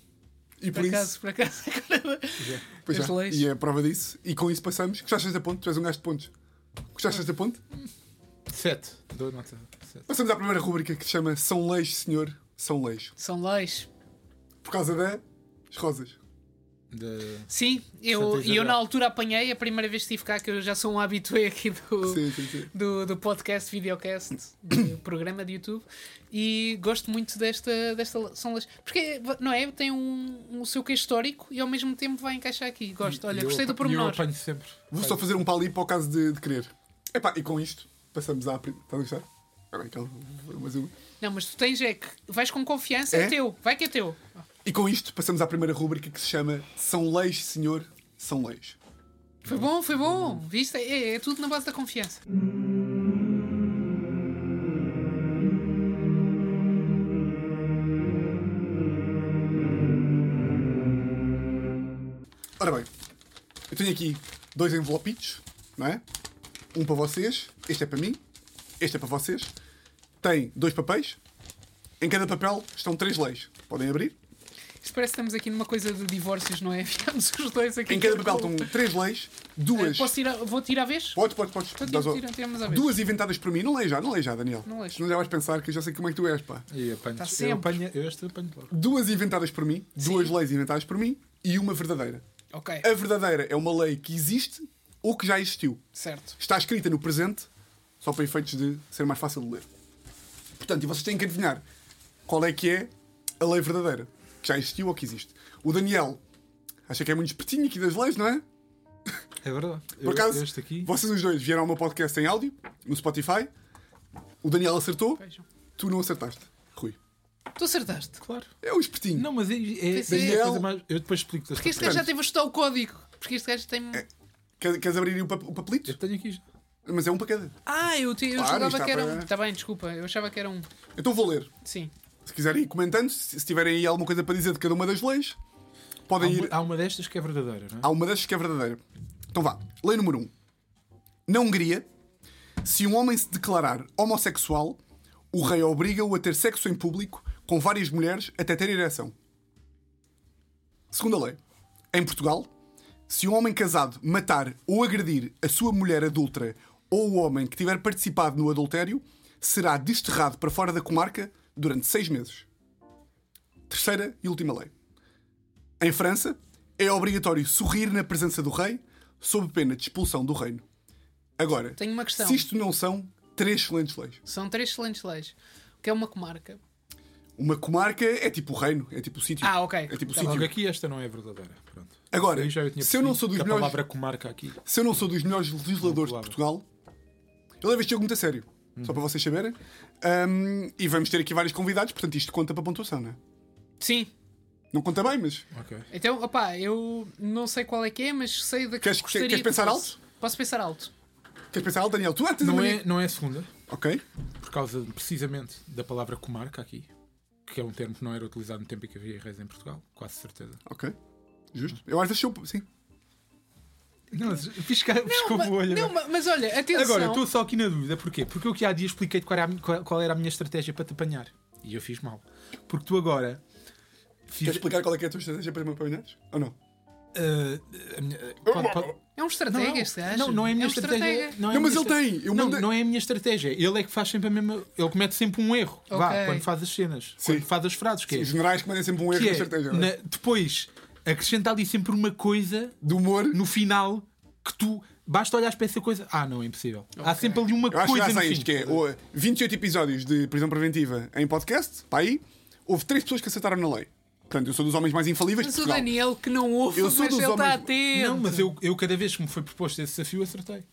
B: E por,
C: Por
B: isso.
C: acaso, por acaso.
B: Pois
C: as
B: já.
C: leis.
B: E é a prova disso. E com isso passamos. Gostaste da ponte? Tu és um gajo de pontos. Gostaste da ponte?
A: Sete. Dou nota. Sete.
B: Passamos à primeira rubrica que se chama São Leis, Senhor. são leis.
C: São leis.
B: Por causa das rosas.
A: De-
C: Sim, eu,
A: Santa
C: e eu
A: Isabel.
C: na altura apanhei, a primeira vez que estive cá, que eu já sou um habitué aqui do,
B: Sim, sim, sim.
C: do, do podcast, videocast, do programa de YouTube, e gosto muito desta, desta são leis. Porque, não é? Tem um, um seu que histórico e ao mesmo tempo vai encaixar aqui. Gosto, olha,
A: eu
C: gostei do
A: apa- Eu
C: pormenor.
A: apanho sempre.
B: Vou só fazer um pali para o caso de, de querer. Epá, e com isto, passamos à. pri- Estás a gostar? Espera aí, calma, mais uma.
C: Não, mas tu tens é que vais com confiança, é,
B: É?
C: teu, vai que é teu.
B: E com isto, passamos à primeira rúbrica que se chama São Leis, Senhor, São Leis.
C: Foi bom, foi bom, viste? É, é tudo na base da confiança.
B: Ora bem, eu tenho aqui dois envelopitos, não é? Um para vocês, este é para mim, este é para vocês. Tem dois papéis. Em cada papel estão três leis. Podem abrir.
C: Isto parece que estamos aqui numa coisa de divórcios, não é? Ficamos os dois aqui.
B: Em cada papel estão três leis, duas.
C: Eh, Posso tirar, vou tirar a vez?
B: Podes, podes, podes.
C: Então,
B: Dás
C: tira-
B: o-
C: tira- tiramos à vez.
B: Duas inventadas por mim. Não leia já, não leia já, Daniel.
C: Não leio.
B: Senão já vais pensar que eu já sei como é que tu és, pá.
A: E apanho.
C: Tá
A: eu
C: sempre.
A: apanho. Eu este apanho logo.
B: Duas inventadas por mim, duas leis inventadas por mim e uma verdadeira.
C: Ok,
B: A verdadeira é uma lei que existe ou que já existiu.
C: certo.
B: Está escrita no presente, só para efeitos de ser mais fácil de ler. Portanto, e vocês têm que adivinhar qual é que é a lei verdadeira, que já existiu ou que existe. O Daniel acha que é muito espertinho aqui das leis, não é?
A: É verdade.
B: Por acaso,
A: este aqui.
B: vocês os dois vieram ao meu podcast em áudio, no Spotify. O Daniel acertou,
C: Vejam.
B: tu não acertaste. Rui.
C: Tu acertaste.
A: Claro.
B: É o espertinho.
A: Não, mas é, é,
C: Sim, sim.
A: é a coisa mais. Eu depois explico.
C: Porque este gajo já teve a estudar o código. Porque este gajo tem.
B: É, Quer- Queres abrir o, pap o
A: Eu
B: papelito?
A: tenho aqui. já.
B: Mas é um para cada.
C: Ah, eu, te... eu
B: Claro,
C: julgava
B: isto
C: que
B: dá
C: era
B: para-
C: um. Está bem, desculpa. Eu achava que era um.
B: Então vou ler.
C: Sim.
B: Se quiserem ir comentando, se se tiverem aí alguma coisa para dizer de cada uma das leis,
A: Há
B: podem ir.
A: uma, há uma destas que é verdadeira, não é?
B: Há uma destas que é verdadeira. Então vá. Lei número 1. Um. Na Hungria, se um homem se declarar homossexual, o rei obriga-o a ter sexo em público com várias mulheres até ter ereção. Segunda lei. Em Portugal, se um homem casado matar ou agredir a sua mulher adulta ou o homem que tiver participado no adultério, será desterrado para fora da comarca durante seis meses. Terceira e última lei. Em França, é obrigatório sorrir na presença do rei, sob pena de expulsão do reino. Agora,
C: Tenho uma questão.
B: se isto não são três excelentes leis,
C: São três excelentes leis. O que é uma comarca?
B: uma comarca é tipo o reino, é tipo o sítio.
C: Ah, ok.
B: É tipo o
C: Tá
B: sítio.
A: Logo aqui esta não é verdadeira. Pronto.
B: Agora,
A: Aí já eu tinha
B: se eu não
A: percebido
B: sou dos
A: que a
B: melhores-
A: palavra comarca aqui.
B: Se eu não sou dos melhores legisladores de
A: Claro.
B: Portugal, eu levo este jogo muito a sério. Só para vocês saberem. Ahm, e vamos ter aqui vários convidados, portanto isto conta para a pontuação, não é?
C: Sim.
B: Não conta bem, mas.
A: Ok.
C: Então, opá, eu não sei qual é que é, mas sei da que
B: Queres-
C: gostaria
B: queres
C: que
B: pensar
C: fosse. Posso pensar alto.
B: Queres pensar, ah, Daniel, tu ah, tens
A: Não
B: uma
A: é,
B: mania-
A: não é a segunda,
B: Ok.
A: por causa precisamente da palavra comarca aqui, que é um termo que não era utilizado no tempo em que havia reis em Portugal, quase certeza.
B: Ok. Justo. Eu às vezes sou. Sim.
A: Não, mas pisca- piscou
C: ma-
A: o olho.
C: não, é? ma- mas olha, atenção.
A: Agora, eu estou só aqui na dúvida, porquê? Porque eu que há dias expliquei-te qual, era a mi- qual- qual era a minha estratégia para te apanhar. E eu fiz mal. Porque tu agora. Fiz,
B: Queres explicar qual é, que é a tua estratégia para me apanhar? Ou não?
A: Ah, a minha- pode- pode-
C: É um
A: Não,
C: estratega
A: não.
C: este gajo.
A: Não, não é a minha
C: um
A: estratégia.
C: estratega.
A: Não, é
B: Não,
A: a
B: mas
A: minha
B: ele
A: estra-
B: tem, eu
A: não,
B: mandei-
A: não é a minha estratégia. Ele é que faz sempre a mesma. Ele comete sempre um erro.
C: Ok.
A: Vá, quando faz as cenas.
B: Sim.
A: Quando faz as frases. Que é,
B: Os generais que mandem sempre um erro
A: que
B: na
A: é
B: estratégia. não é?
A: na- depois acrescenta ali sempre uma coisa
B: Do humor.
A: no final que tu. Basta olhar para essa coisa. Ah, não, é impossível. Há sempre ali uma
B: Eu acho que
A: coisa
B: já
A: no
B: sei
A: fim.
B: isto, que é o- 28 episódios de prisão preventiva em podcast, para aí, houve três pessoas que acertaram na lei. Portanto, eu sou dos homens mais infalíveis de
C: Mas o
B: é Portugal.
C: Daniel que não ouve,
B: Eu
C: mas
B: sou
C: ele
B: dos
C: está
B: homens-
C: atento.
A: Não, mas eu, eu cada vez que me foi proposto esse desafio acertei.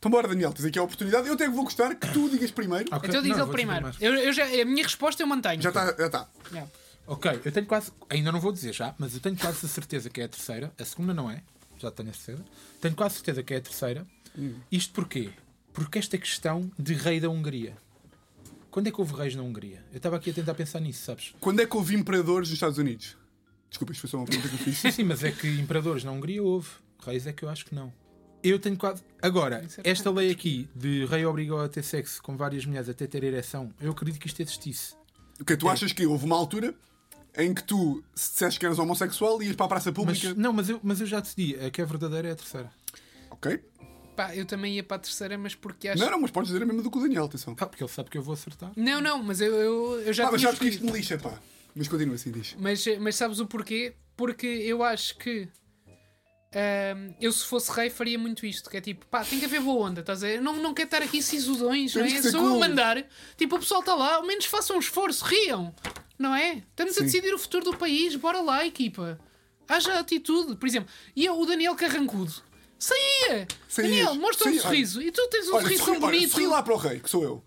B: Então bora, Daniel, tens aqui a oportunidade. Eu até vou gostar que tu digas primeiro.
A: Ah, Ok,
C: Então diz
A: não,
C: ele
A: vou dizer
C: primeiro.
A: mais.
C: Eu, eu já, a minha resposta eu mantenho.
B: Já tá- está, já está.
C: Não.
A: Ok, eu tenho quase. Ainda não vou dizer já, mas eu tenho quase a certeza que é a terceira. A segunda não é, já tenho a certeza. Tenho quase certeza que é a terceira.
B: Hum.
A: Isto porquê? Porque esta questão de rei da Hungria. Quando é que houve reis na Hungria? Eu estava aqui a tentar pensar nisso, sabes?
B: Quando é que houve imperadores nos Estados Unidos? Desculpa, isto foi só uma pergunta que eu fiz.
A: Sim, sim, mas é que imperadores na Hungria houve. Reis é que eu acho que não. Eu tenho quase. Agora,
C: Isso era
A: esta lei aqui de rei obrigou a ter sexo com várias mulheres até ter ereção, eu acredito que isto existisse.
B: O que tu achas que houve uma altura em que tu, se disseste que eras homossexual, ias para a praça
A: Mas,
B: pública.
A: não, mas eu, mas eu já decidi. A que é verdadeira é a terceira.
B: Ok.
C: Pá, eu também ia para a terceira, mas porque acho.
B: Não, não, mas podes dizer a mesma do que o Daniel, atenção.
A: Ah, porque ele sabe que eu vou acertar.
C: Não, não, mas eu, eu, eu já
B: Ah, mas
C: tinha
B: sabes que isto
C: escolhido.
B: me lixa, pá. Mas continua assim, diz.
C: mas, mas sabes o porquê? Porque eu acho que ahm, eu, se fosse rei, faria muito isto: que é tipo, pá, tem que haver boa onda, estás a ver? Não, não quero estar aqui sisudões, não
B: Temos
C: é?
B: que ser
C: Só eu
B: cool.
C: mandar, tipo, o pessoal está lá, ao menos façam um esforço, riam, não é? Estamos a
B: Sim.
C: decidir o futuro do país, bora lá, equipa. Haja atitude, por exemplo, e eu, o Daniel Carrancudo. Saía!
B: Saías.
C: Daniel, mostra um
B: Saía.
C: sorriso. E tu tens um
B: Olha,
C: sorriso
B: sorri,
C: tão
B: olha,
C: bonito.
B: sorri lá para o rei, que sou eu.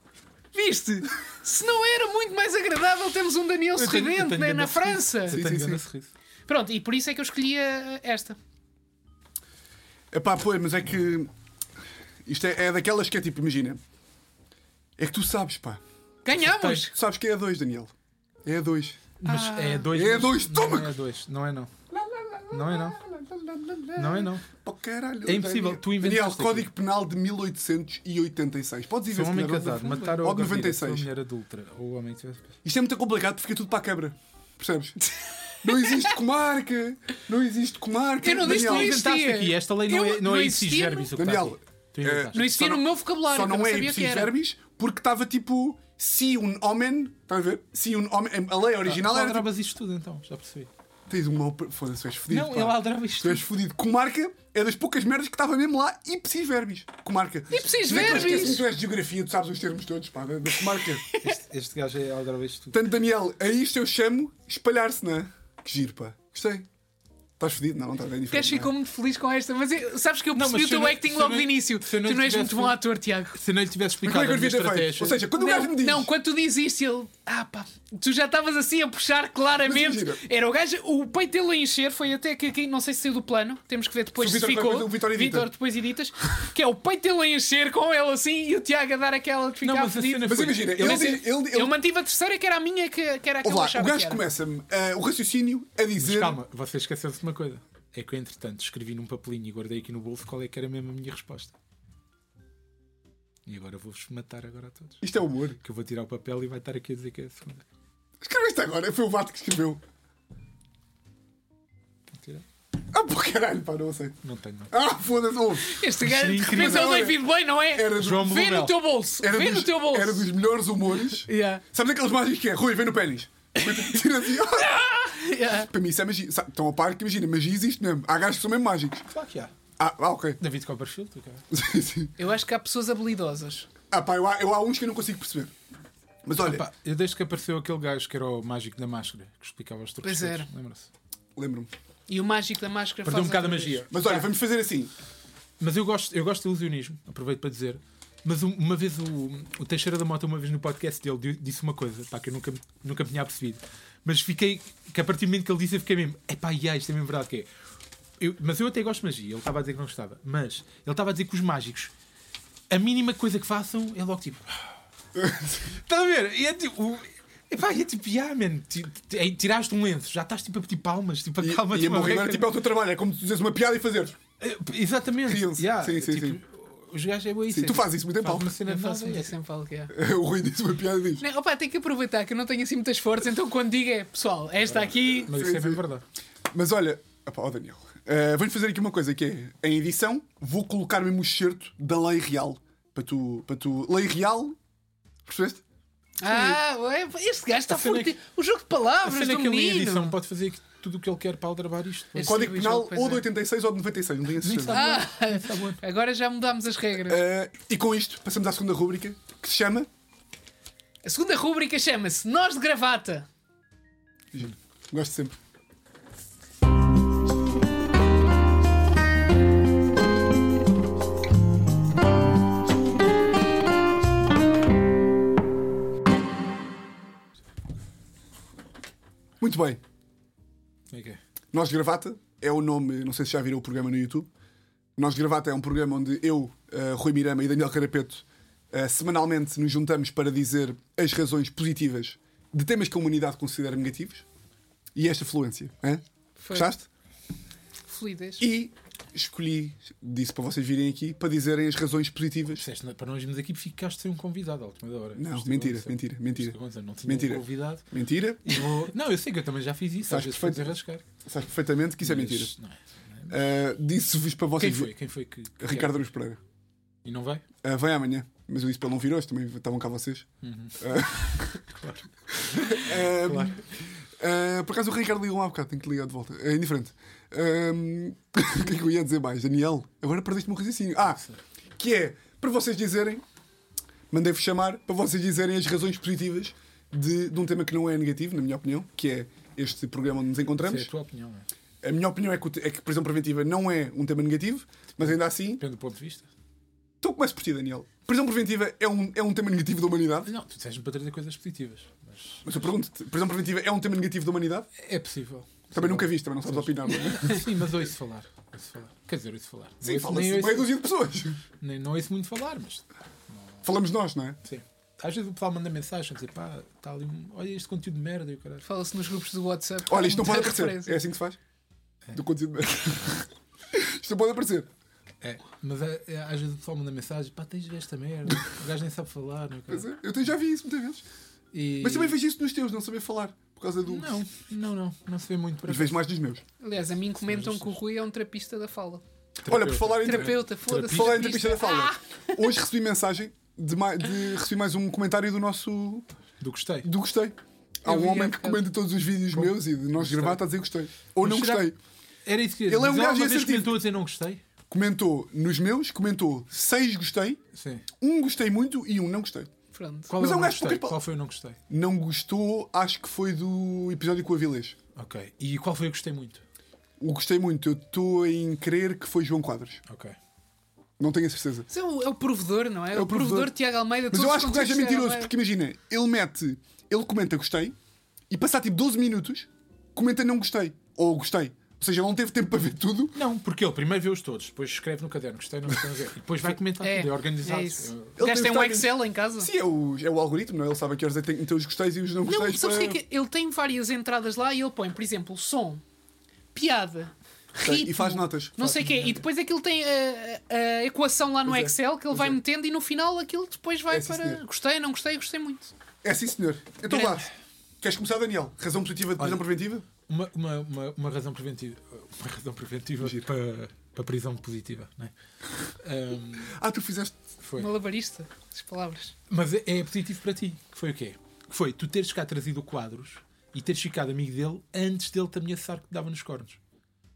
C: Viste? Se não era muito mais agradável, temos um
A: Eu
C: Daniel
A: tenho- eu
C: Sorridente
A: tenho
C: né,
A: grande
C: na
A: sorriso.
C: França.
A: Eu tenho
B: sim,
A: grande
B: sim.
A: sorriso.
C: Pronto, e por isso é que eu escolhi eh, esta.
B: Epá, pois, mas é que. Isto é, é daquelas que é tipo, imagina. É que tu sabes, pá.
C: Ganhamos!
B: Tu sabes que é a 2, Daniel. É a 2.
A: Mas é dois.
B: É
A: mas
B: dois,
A: não
B: toma!
A: é dois, não é não. Não é não. Não é não.
B: Pô, caralho,
A: É impossível,
B: Daniel.
A: tu inventaste
B: Daniel,
A: aquilo.
B: Código Penal de 1886. Podes ir
A: Se
B: ver
A: um
B: se
A: homem
B: calhar,
A: casado
B: ou-
A: matar ou
B: ou de
A: agredir a sua
B: 96.
A: mulher adulta ou o homem que tivesse.
B: Isto é muito complicado porque fica tudo para a quebra. Percebes? não existe comarca. Não existe comarca.
C: Eu não disse
B: Daniel,
C: que
A: Tu
C: não existia.
A: inventaste aqui, esta lei não
C: Eu-
A: é, não é
C: não
A: ipsis
C: existia,
A: verbis o que
B: Daniel,
A: está aqui. Tu
B: eh,
A: inventaste.
C: Não existia
B: Só
C: no
B: não-
C: meu vocabulário,
B: Só
C: que eu
B: não é
C: sabia que
B: ipsis
C: era.
B: verbis porque estava tipo. Se um homem. Estás a ver? Se um homem. A lei original
A: Tu
B: era. Tipo,
A: aldrabas isto tudo então, já percebi.
B: tens uma. op- Foda-se, tu és fodido.
A: Não,
B: pá.
A: ele aldrava isto
B: Tu és
A: tudo.
B: fodido. Comarca é das poucas merdas que estava mesmo lá. Ipsis verbis. Comarca.
C: Ipsis
B: Não é que eu
C: verbis.
B: esqueço-me que Tu és de geografia, tu sabes os termos todos, pá, da, da comarca.
A: Este, este gajo é aldrava isto tudo.
B: Portanto, Daniel, a isto eu chamo espalhar-se, não é? Que giro, pá. Gostei. Estás fodido? Não, é? não estás bem
C: O gajo
B: diferente.
C: ficou muito feliz com esta, mas eu- sabes que eu
A: Não,
C: percebi
A: mas
C: o
A: se eu
C: teu
A: não-
C: acting
A: se eu
C: logo
A: não-
C: de início.
A: se eu não
C: tu não és
A: tivesse-
C: muito bom ator, Tiago.
A: Se não lhe tivesse
B: Mas como
A: explicado
B: é que
A: a
B: eu
A: minha
B: devia ter feito?
A: estratégia.
B: Ou seja, quando o gajo me
C: Não,
B: diz.
C: não, quando tu dizes isto, ele. Ah, pá, tu já estavas assim a puxar
B: Mas
C: claramente.
B: imagina.
C: Era o gajo, o peito dele a encher foi até que aqui, não sei se saiu do plano, temos que ver depois
B: Se o
C: se,
B: Vítor-
C: ficou.
B: o Vítor edita.
C: depois editas, que é o peito dele a encher com ele assim e o Tiago a dar aquela de ficar
A: Não, mas a
C: fedido.
A: cena
B: Mas
A: foi-
B: imagina,
A: eu-
B: ele
C: Mas
B: diz-
C: eu,
B: ele-
C: eu
B: ele-
C: mantive a terceira, que era a minha, que, que era aquela
B: Ouve lá, o
C: chave que
B: gajo
C: era.
B: começa-me ah, o raciocínio a
A: Mas
B: dizer.
A: calma, você esqueceu-se de uma coisa. É que eu, entretanto, escrevi num papelinho e guardei aqui no bolso qual é que era mesmo a minha resposta. E agora vou-vos matar agora a todos.
B: Isto é humor.
A: Que eu vou tirar o papel e vai estar aqui a dizer que é a segunda.
B: Escreveste agora, foi o Vato que escreveu.
A: Vou tirar.
B: Ah, pô, caralho, pá, não sei.
A: Não tenho, não.
B: Ah, foda-se, ouve.
C: Este gajo, de repente, é
A: incrível.
C: o David Boy, não é?
B: Era, do-
A: João Blumel.
C: Vê no teu bolso,
B: era
C: vê
B: dos,
C: no teu bolso.
B: era dos melhores humores.
C: Yeah,
B: Sabes aqueles mágicos que é? Rui, vem no pênis. Tira assim.
C: yeah.
B: Para mim isso é magia. Sabe, Estão a par que imagina, magia existe mesmo. Há gajos que são mesmo mágicos.
A: Claro que há.
B: Ah, ah ok.
A: David Copperfield, tu, cara.
B: Sim, sim.
C: Eu acho que há pessoas habilidosas.
B: Ah, pá, eu, há- eu há uns que eu não consigo perceber. Mas olha,
A: Pá, eu desde que apareceu aquele gajo que era o mágico da máscara, que explicava os truques.
C: Pois era.
A: todos, Lembra-se?
B: lembro-me.
C: E o mágico da máscara
A: Perdeu um
C: faz
A: bocado a
C: outra vez.
A: magia.
B: Mas olha, vamos fazer assim.
A: Mas eu gosto, eu gosto de ilusionismo, aproveito para dizer. Mas um- uma vez o, o Teixeira da Mota, uma vez no podcast dele, di- disse uma coisa pá, que eu nunca, nunca me tinha percebido. Mas fiquei, que a partir do momento que ele disse, eu fiquei mesmo, epá, yeah, isto é mesmo verdade que é. Eu- mas eu até gosto de magia, ele estava a dizer que não gostava. Mas ele estava a dizer que os mágicos, a mínima coisa que façam é logo tipo. Estás a ver? E é tipo. o- Epá, e é tipo, yeah, man, ti- ti- é, tiraste um lenço, já estás tipo a pedir palmas, tipo,
B: E,
A: acalma-te
B: e a
A: uma
B: morrer
A: beca.
B: agora tipo, é o teu trabalho. É como tu dizes uma piada e fazeres.
A: Eh, Exatamente.
B: Riam-se.
A: Yeah,
B: Sim, sim,
A: tipo,
B: sim.
A: Os gajos é boa isso.
B: Sim,
A: é
B: tu
A: tipo,
B: fazes isso muito em
A: faz
B: palco.
A: uma cena
C: Eu
A: de
C: faço
A: nada,
C: muito,
A: é.
C: sempre falo que é.
B: O Rui disse uma piada e diz.
C: Não, opa, tem que aproveitar que eu não tenho assim muitas forças, então quando digo é, pessoal,
B: Ah,
C: esta aqui.
A: Mas
B: Sim,
A: isso é mesmo
B: sim.
A: verdade.
B: Mas olha, opá, ó Daniel, eh, vamos fazer aqui uma coisa que é, em edição, vou colocar mesmo o excerto da lei real. Para tu, para tu. Lei real. Percebeste?
C: Ah, ué, este gajo está
A: A cena é
C: forte.
A: que-
C: O jogo de
A: A
C: palavras
A: cena é
C: do
A: que ele em edição
C: menino.
A: pode fazer tudo o que ele quer para aldrabar isto.
C: Este
B: Código
C: jogo,
B: penal
C: pois
B: ou Tá
C: é.
B: de 86 ou de 96, não tenho a certeza.
C: Ah, agora já mudámos as regras.
B: Eh, e com isto, passamos à segunda rúbrica que se chama.
C: A segunda rúbrica chama-se Nós de Gravata.
B: Giro. Gosto sempre. Muito bem.
A: Como é que é?
B: Nós de Gravata é o nome, não sei se já viram o programa no YouTube. Nós de Gravata é um programa onde eu, eh, Rui Mirama e Daniel Carapeto eh, semanalmente nos juntamos para dizer as razões positivas de temas que a humanidade considera negativos e esta fluência. hã?
C: Foi.
B: Gostaste?
C: Fluidez.
B: E escolhi, disse para vocês virem aqui, para dizerem as razões positivas.
A: Disseste, "Não, é? Para nós irmos aqui, ficaste sem um convidado à última hora.
B: Não,
A: Isto é
B: mentira,
A: aconteceu.
B: mentira, mentira.
A: Isto aconteceu, Não tinha
B: Mentira.
A: um convidado.
B: Mentira,
A: E vou- Não, eu sei que eu também já fiz isso. Às
B: Sabes
A: vezes foi
B: perfeito-
A: desenrascar.
B: sabes perfeitamente que isso é
A: Mas
B: mentira.
A: não é.
B: Eh, Disse-vos para
A: Quem
B: vocês.
A: foi? Quem foi que. que-
B: Ricardo Aruz Pereira.
A: E não vai?
B: Ah, vem amanhã. Mas eu disse para ele não vir hoje, também estavam cá vocês. Ah, ah, ah, por acaso o Ricardo ligou-me há bocado, tenho que ligar de volta. É indiferente. Ah, O que é que eu ia dizer mais? Daniel, agora perdeste-me um raciocínio. Ah, que é para vocês dizerem, mandei-vos chamar para vocês dizerem as razões positivas de, de um tema que não é negativo, na minha opinião, que é este programa onde nos
A: Isso é
B: encontramos.
A: a tua opinião, não é?
B: A minha opinião é que, o te- é que prisão preventiva não é um tema negativo, mas ainda assim.
A: Depende do ponto de vista.
B: Então começo por ti, Daniel. Prisão preventiva é um, é um tema negativo da humanidade?
A: Não, tu disseste-me para trazer coisas positivas. Mas
B: Mas eu pergunto-te, prisão preventiva é um tema negativo da humanidade?
A: é possível.
B: Também nunca viste, também não sabes opinar. não é?
A: Sim, mas ouço falar. Ouço falar. Quer dizer, ouço falar. Não
B: Sim,
A: ouço- nem
B: fala-se de
A: ouço-
B: meia dúzia de pessoas.
A: nem- Não ouço muito falar, mas
B: Falamos nós, não é?
A: sim. Às vezes o pessoal manda mensagem a dizer pá, está ali um. Olha este conteúdo de merda e o caralho.
C: Fala-se nos grupos do WhatsApp.
B: Olha, isto não pode
C: Muita
B: aparecer.
C: referência.
B: É assim que se faz? Do conteúdo. isto não pode aparecer.
A: É, mas é, é, às vezes o pessoal manda mensagem, pá, tens de ver esta merda, o gajo nem sabe falar, não é?
B: Pois é, Eu te- já vi isso muitas vezes.
A: E...
B: Mas também vejo isso nos teus, não saber falar. Por causa do.
A: Não, não, não, não se vê muito para
B: Mas vejo mais dos meus.
C: Aliás, a mim comentam que o Rui é um terapista da fala.
B: Olha, por falar em.
C: Terapeuta, foda-se. Ah,
B: Falar em entrevista da fala. Hoje recebi mensagem de, ma- de- recebi mais um comentário do nosso
A: Do gostei.
B: do gostei. Há
C: Eu
B: um
C: vi,
B: homem
C: é
B: que
C: bocado.
B: comenta todos os vídeos meus e de nós gravar está a dizer gostei. Ou
A: Mas
B: não
A: será-
B: gostei.
A: Era isso que
B: Ele é um
A: mas
B: gajo
A: alguma vez
B: assertivo.
A: comentou a dizer não gostei?
B: Comentou nos meus, comentou seis gostei,
A: Sim.
B: um gostei muito e um não gostei.
C: Pronto.
A: Qual,
B: Mas
A: é
B: é
A: o
B: um
A: não
B: gajo de
A: gostei?
B: poucas
A: qual foi o não gostei?
B: Não gostou, acho que foi do episódio com a Vilês.
A: Ok. E qual foi o gostei muito?
B: O gostei muito, eu estou em crer que foi João Quadros.
A: Ok.
B: Não tenho a certeza.
C: Mas é o, é o provedor, não é?
B: o
C: o provedor,
B: provedor.
C: Tiago Almeida.
B: Mas
C: todos
B: eu
C: os
B: acho que o gajo é
C: conteúdos de Tiago
B: mentiroso, porque imagina, ele mete, ele comenta gostei e passar tipo 12 minutos, comenta não gostei. Ou gostei. Ou seja, ele não teve tempo para ver tudo.
A: Não, porque ele primeiro vê-os todos, depois escreve no caderno, é gostei, não gostei, não gostei, e depois vai comentar
C: É,
A: tudo, é organizado.
C: é isso.
A: Eu-
C: O gajo
B: tem
C: tem um
B: histórias-
C: Excel em casa.
B: Sim, é o, é o algoritmo, não é? Ele sabe a que horas é que tem que meter os gostei e os não
C: Não,
B: gostei.
C: sabes o que é que Ele tem várias entradas lá e ele põe, por exemplo, som, piada, ritmo,
B: E faz notas.
C: não sei o quê. E depois aquilo tem a, a- a equação lá no
B: Pois é,
C: Excel que ele vai metendo e no final aquilo depois vai
B: É, sim,
C: para.
B: senhor.
C: Gostei, não gostei, gostei muito.
B: É sim, senhor. Então vá.
C: Grande.
B: Queres começar, Daniel? Razão positiva de prisão preventiva?
A: Uma, uma, uma, uma razão preventiva, uma razão preventiva
B: Giro.
A: para, para prisão positiva, não é? Ahm,
B: Ah, tu fizeste.
A: foi.
C: Malabarista, as palavras.
A: Mas é, é positivo para ti, que foi o quê? Que foi tu teres cá trazido o quadros e teres ficado amigo dele antes dele te ameaçar que te dava nos cornos.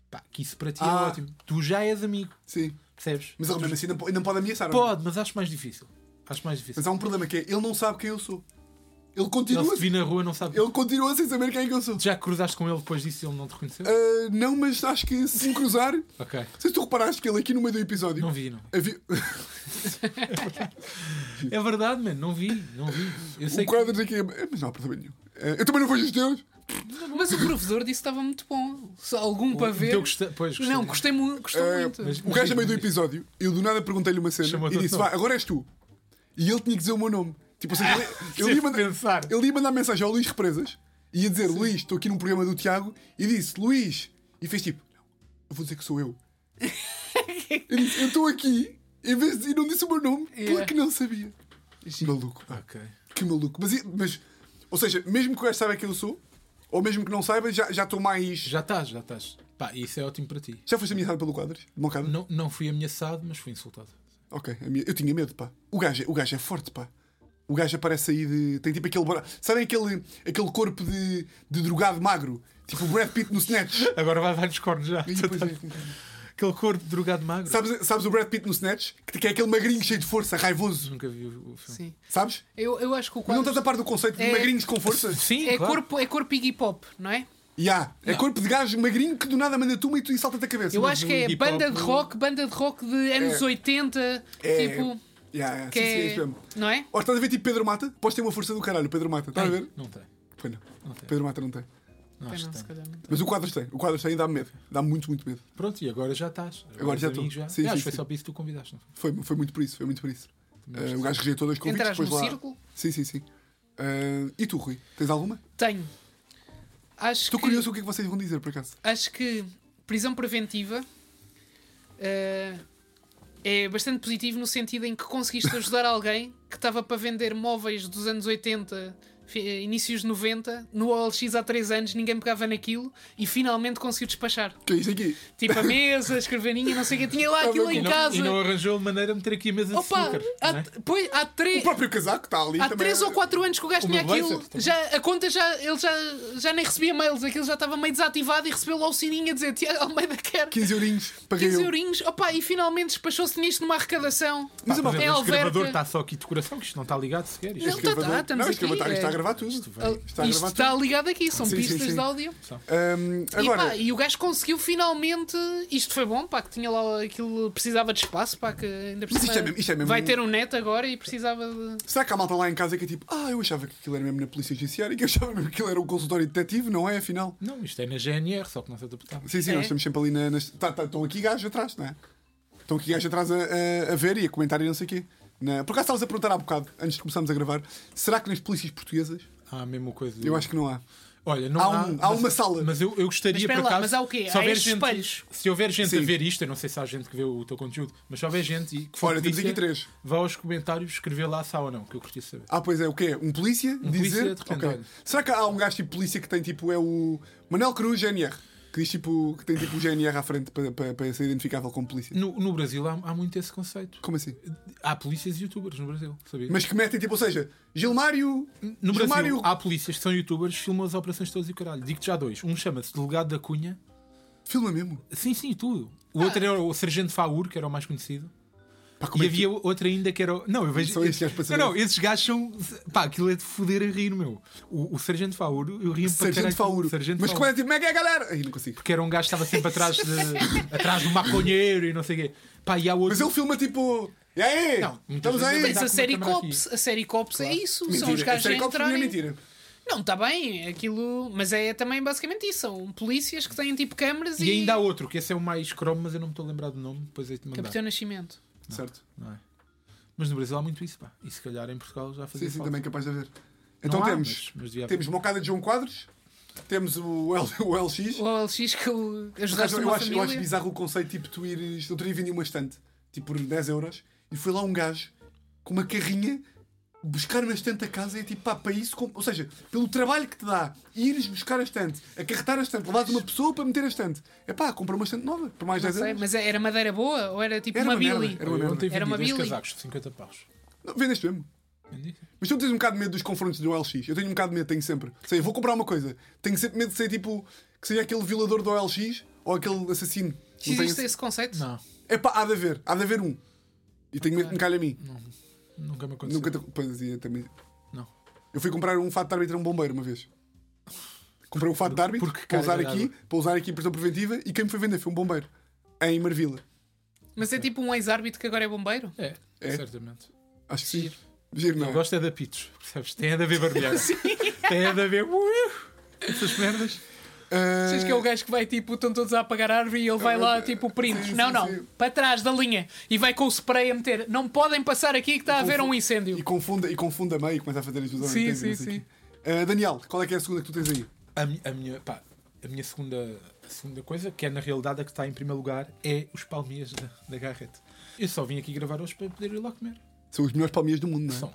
A: Pá, que isso para ti é
B: Ah.
A: ótimo. Tu já és amigo,
B: Sim.
A: percebes?
B: Mas ele mesmo assim não po- não pode ameaçar. não é?
A: Pode, mas acho mais difícil. Acho mais difícil.
B: Mas há um problema que é ele não sabe quem eu sou. Ele
A: Ele
B: continua,
A: se vir na rua não sabe.
B: ele continua sem saber quem é que eu sou.
A: Já cruzaste com ele depois disso e ele não te reconheceu?
B: Ah, não, mas acho que se me cruzar. Não
A: Ok.
B: sei se tu reparaste que ele aqui no meio do episódio.
A: Não vi, não.
B: havia-
A: É verdade, mano, não vi, não vi. Eu sei
B: o quadro aqui. é- Mas não há problema nenhum. Ah, eu também não vejo os teus.
C: Mas o provedor disse que estava muito bom. Se algum para
A: que o
C: ver.
A: teu gostei, pois, gostei.
C: Não, gostei, mu gostou
B: Ah,
C: muito.
A: mas-
B: O gajo no meio do episódio, eu do nada perguntei-lhe uma cena
A: Chamou-te
B: e
A: outro
B: disse:
A: nome.
B: Vá, agora és tu. E ele tinha que dizer o meu nome. Tipo, ou seja, ele- ele,
A: Tive
B: ia
A: de
B: mandar,
A: pensar.
B: ele ia mandar mensagem ao Luís Represas e ia dizer: Luís, estou aqui num programa do Tiago. E disse: Luís. E fez tipo: "Não, Eu vou dizer que sou eu. eu disse: Eu estou aqui. Em vez de, e não disse o meu nome
C: Yeah.
B: porque não sabia. Maluco, pá,
A: Ok.
B: que maluco. Mas, e- mas, ou seja, mesmo que o gajo saiba quem eu sou, ou mesmo que não saiba, já já estou mais. Já,
A: Já estás, já estás. Pá, isso é ótimo para ti.
B: foste ameaçado pelo quadros? De mão quadra?
A: Não, não fui ameaçado, mas fui insultado.
B: Ok, a minha- eu tinha medo, pá. O gajo, é- o gajo é forte, pá. O gajo aparece aí de. Tem tipo aquele. bra- Sabem aquele, aquele corpo de, de drogado magro? Tipo o Brad Pitt no Snatch.
A: Agora vai dar-lhes cornos já.
B: E depois é-
A: Aquele corpo de drogado magro.
B: sabes, sabes o Brad Pitt no Snatch? Que, que é aquele magrinho cheio de força, raivoso.
A: Nunca vi o, o filme.
C: Sim.
B: Sabes?
C: Eu, eu acho que o
B: Mas Não
C: quadro.
B: estás a par do conceito de
C: É-
B: magrinhos com força?
A: Sim,
C: É,
A: claro.
C: corpo, é corpo Iggy Pop, não é?
B: Ya, É corpo de gajo magrinho que do nada manda tu e tu e salta-te a cabeça.
C: Eu
A: Mas
C: acho
A: o
C: que é
A: hip-hop-
C: banda de rock, banda de rock de anos 80,
B: É.
C: tipo.
B: Ya, ya,
C: Que
B: sim, sim, é
C: é,
B: isso mesmo.
C: não é?
B: Ou estás a ver tipo Pedro Mata? Podes ter uma força do caralho, Pedro Mata. Estás Tá a ver?
A: Não tem.
B: Pois não.
A: Não tem.
B: Pedro Mata não tem.
A: Não
C: Pois
A: acho
C: não,
A: que
C: se
A: tem.
C: calhar não.
B: Mas o quadros tem. O quadros tem e dá-me medo. Dá-me muito, muito medo.
A: Pronto, e agora já estás.
B: Agora
A: os
B: já estou.
A: amigos Já.
B: Sim,
A: É,
B: sim,
A: acho que foi
B: sim.
A: só para isso que tu convidaste. não foi?
B: Foi, foi muito por isso, foi muito por isso. Eh, o gajo rejeitou dois convites,
C: Entras
B: depois
C: no
B: lá.
C: círculo?
B: Sim, sim, sim. Eh, e tu, Rui, tens alguma?
C: Tenho. Acho
B: Estou
C: que,
B: curioso o que é que vocês vão dizer, por acaso.
C: acho que prisão preventiva eh, é bastante positivo no sentido em que conseguiste ajudar alguém que estava para vender móveis dos anos 80 fi- eh, inícios 90, no OLX há 3 anos, ninguém pegava naquilo e finalmente conseguiu despachar.
B: Que é isso aqui?
C: Tipo a mesa, a escrivaninha, não sei o que, tinha lá aquilo
A: E
C: em
A: não,
C: casa.
A: e não arranjou maneira de meter aqui a mesa
C: Opa,
A: de snooker.
C: há,
A: não é?
C: pois, há
B: O
C: três.
B: próprio casaco está ali
C: Há
B: também. é?
C: 3 ou 4 anos que o gajo
A: O
C: tinha
A: meu
C: aquilo,
A: bicep também.
C: já, a conta já, ele já, já nem recebia mails, aquilo já estava meio desativado e recebeu lá o sininho a dizer Tiago Almeida quer
B: 15 eurinhos. Paguei
C: 15
B: eu.
C: eurinhos, opa, e finalmente despachou-se nisto numa arrecadação.
B: Mas é uma
A: Por
C: É
A: exemplo, o escravador
C: Alverca.
A: está só aqui de coração, que isto não está ligado sequer. Isto é
C: Não, tá- tá, estamos
B: assim, não, isto está, isto
C: aqui,
B: está a
C: é.
B: gravar tudo. Está a
C: Isto
B: gravar
C: está
B: tudo.
C: ligado aqui, são
B: tá Sim, sim,
C: pistas
B: sim.
C: de áudio.
B: Ahm,
C: E,
B: agora,
C: pá, e o gajo conseguiu finalmente. Isto foi bom, pá, que tinha lá aquilo, precisava de espaço, pá, que ainda por
B: Mas isto
C: cima
B: é mesmo- isto é mesmo
C: Vai
B: um-
C: ter um neto agora e precisava de.
B: será que há malta lá em casa que é tipo, ah, eu achava que aquilo era mesmo na Polícia Judiciária, que eu achava mesmo que aquilo era o consultório detetive, não é? Afinal.
A: Não, isto é na GNR, só que não se adaptava.
B: Sim, sim,
C: É.
B: nós estamos sempre ali na. nas- tá- tá- Estão aqui gajos atrás, não é? Estão aqui gajos atrás a, a- a ver e a comentar e não sei o quê. Na... Por acaso estavas a perguntar há bocado, antes de começarmos a gravar, será que nas polícias portuguesas?
A: Há a mesma coisa.
B: Eu acho que não há.
A: Olha, não
B: há
A: há,
B: um- há
A: mas-
B: uma sala.
A: Mas eu, eu gostaria
C: Mas espera
A: por
C: lá,
A: acaso,
C: mas há o quê?
A: se
C: Há
A: houver
C: estes
A: gente,
C: espelhos?
A: Se houver gente a
B: Sim.
A: ver isto, eu não sei se há gente que vê o teu conteúdo, mas se houver gente e que for
B: Olha, temos
A: Um polícia,
B: aqui três.
A: Vá aos comentários escrever lá se há ou não, que eu curti saber.
B: Ah, pois é, o quê? Um polícia? dizer?
A: polícia, de repente,
B: Ok.
A: olha.
B: Será que há um gajo tipo polícia que tem tipo, é o Manel Cruz GNR, que diz tipo, que tem tipo o GNR à frente para, para, para ser identificável como polícia?
A: No, no Brasil há, há muito esse conceito.
B: Como assim?
A: Há polícias e youtubers no Brasil, sabia?
B: Mas que metem tipo, ou seja, Gilmário.
A: no Brasil
B: Gilmário.
A: há polícias que são youtubers, filmam as operações todas e o caralho. Digo-te já dois. Um chama-se Delegado da Cunha. Ah.
B: Filma mesmo.
A: Sim, sim, tudo. O
C: Ah.
A: outro era o Sargento Faur, que era o mais conhecido.
B: Pá, como
A: e
B: é que-
A: havia outra ainda que era. o- Não, eu vejo.
B: São esses gajos para
A: não,
B: saber.
A: não, esses gajos são. Pá, aquilo é de foder a rir, meu. O, o Sargento Fauro, eu ria para
B: Sargento
A: caralho.
B: Fauro.
A: Sargento
B: Mas
A: Fauro.
B: como é tipo, como é que é, galera? Aí não consigo.
A: Porque era um gajo que estava sempre atrás, de, atrás do maconheiro e não sei o quê. Pá, e há outro.
B: Mas ele filma tipo. E aí?
A: Não, muitas
B: Estamos
A: vezes assim, ele
B: aí?
C: Tens
A: dá
C: a
A: com uma
C: série
A: câmara aqui.
C: Cops, a série Cops é isso,
B: Mentira,
C: são os
B: a
C: gajos a
B: série Cops não é
C: entrarem.
B: mentira.
C: Não, está bem, aquilo. Mas é também basicamente isso. São polícias que têm tipo câmaras e.
A: E ainda há
B: assim.
A: outro, que esse é o mais cromo, mas eu não me estou a lembrar do nome, depois aí te mandar.
C: Capitão Nascimento.
B: Certo.
A: Não é? Mas no Brasil há muito isso, pá. E se calhar em Portugal já fazia
B: Sim, sim,
A: falta.
B: também capaz de haver. Então
A: há,
B: temos.
A: mas- mas devia haver.
B: temos Mocada de João Quadros. Temos o, L, o LX.
C: O OLX que o-
B: Por acaso,
C: ajudaste
B: eu,
C: uma
B: acho, eu acho
C: família.
B: bizarro o conceito, tipo, tu ires. Outro dia vendi uma estante, tipo, por 10 euros, e foi lá um gajo com uma carrinha buscar uma estante a casa e é tipo, pá, para isso, com- ou seja, pelo trabalho que te dá, ires buscar a estante, acarretar a estante, levar de uma pessoa para meter a estante, é pá, compra uma estante nova, por mais
C: Não
B: 10
C: sei,
B: euros.
C: mas é, era madeira boa ou era tipo
B: Era
C: uma
B: uma merda,
C: Billy?
B: era um-
A: Eu
B: uma
A: ontem
C: Era uma
A: vendi dois
C: Billy.
A: casacos de 50 paus.
B: Não, vendeste mesmo.
A: Vendi?
B: Mas tu tens um bocado de medo dos confrontos do OLX. Eu tenho um bocado de medo, tenho sempre. Sei, vou comprar uma coisa. Tenho sempre medo de ser tipo. que seja aquele violador do OLX ou aquele assassino. Não
C: Existe
B: tenho...
C: esse conceito?
A: Não,
B: É pá, há de haver. Há de haver um. E tenho medo que me calhe a mim.
A: nunca me aconteceu.
B: Nunca te... pois, e eu também.
A: Não.
B: Eu fui comprar um fato de árbitro a um bombeiro uma vez. Comprei um fato de árbitro
A: porque
B: para, usar
A: carga
B: aqui,
A: d'água.
B: para usar aqui em prisão preventiva e quem me foi vender foi um bombeiro. Em Marvila.
C: Mas é tipo um ex-árbitro que agora é bombeiro?
A: É,
B: É?
A: certamente.
B: Acho que sim. Giro, não
A: Eu
B: é?
A: gosto é de apitos, percebes? Tem a de haver barulhada. Tem a de haver. Ui, Essas merdas.
B: Ah,
C: Achas que é o gajo que vai tipo, estão todos a apagar a árvore e ele vai lá tipo, primos.
B: É sim,
C: Não,
B: sim,
C: não,
B: sim.
C: para trás da linha e vai com o spray a meter. Não podem passar aqui que está a haver um
B: E
C: incêndio.
B: confunda, e confunda meio e começa a fazer as duas ao
C: Sim,
B: mesmo tempo e
C: sim,
B: não sei o
C: sim.
B: quê. Ah, Daniel, qual é que é a segunda que tu tens aí?
A: A, mi- a minha, pá, a minha segunda, a segunda coisa, que é na realidade a que está em primeiro lugar, é os palmias da, da Garrett. Eu só vim aqui gravar hoje para poder ir lá comer.
B: São os melhores palmias do mundo, não é?
A: São.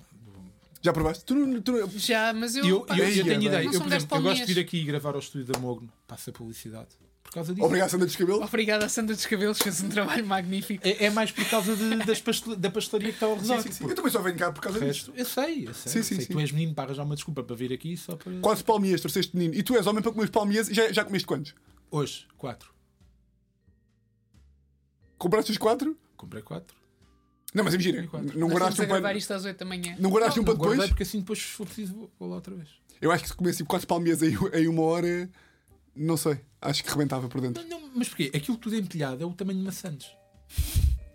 B: Já provaste? Tu, não- tu, não-
C: Já, mas eu.
A: E eu,
C: pá,
A: eu, eu
B: Ei,
A: tenho
B: é
A: ideia. Eu,
B: bem.
C: Não são
A: por
C: grandes
A: exemplo, eu gosto de
C: palminhas.
A: vir aqui e gravar ao estúdio da Mogno. Passa publicidade. Por causa disso.
B: Obrigado, Sandra dos Cabelos.
C: Obrigado à Sandra dos Cabelos, fez um trabalho magnífico.
A: É, é mais por causa de- das pastel- da pastelaria que está ao redor.
B: Sim, sim, sim. Eu também só venho cá por causa
A: O
B: disto.
A: resto, eu sei, eu sei.
B: Sim,
A: eu
B: sim,
A: sei.
B: sim.
A: Tu és menino para arranjar uma desculpa para vir aqui só para.
B: Quatro palmias, torceste menino. E tu és homem para comer palmias e já, já comeste quantos?
A: Hoje, quatro.
B: Compraste os quatro?
A: Comprei quatro.
B: Não, mas imagina,
A: Quatro.
B: não
C: Nós
B: guardaste
C: estamos a
B: um
C: gravar
B: para,
C: isto às 8 da manhã.
B: não guardaste um para
A: Não guardei
B: depois?
A: porque assim depois, se for preciso, vou, vou lá outra vez.
B: Eu acho que se comesse quatro palmias em, em uma hora, não sei, acho que rebentava por dentro.
A: Não, não, mas porquê? Aquilo tudo empilhado é o tamanho de maçãs.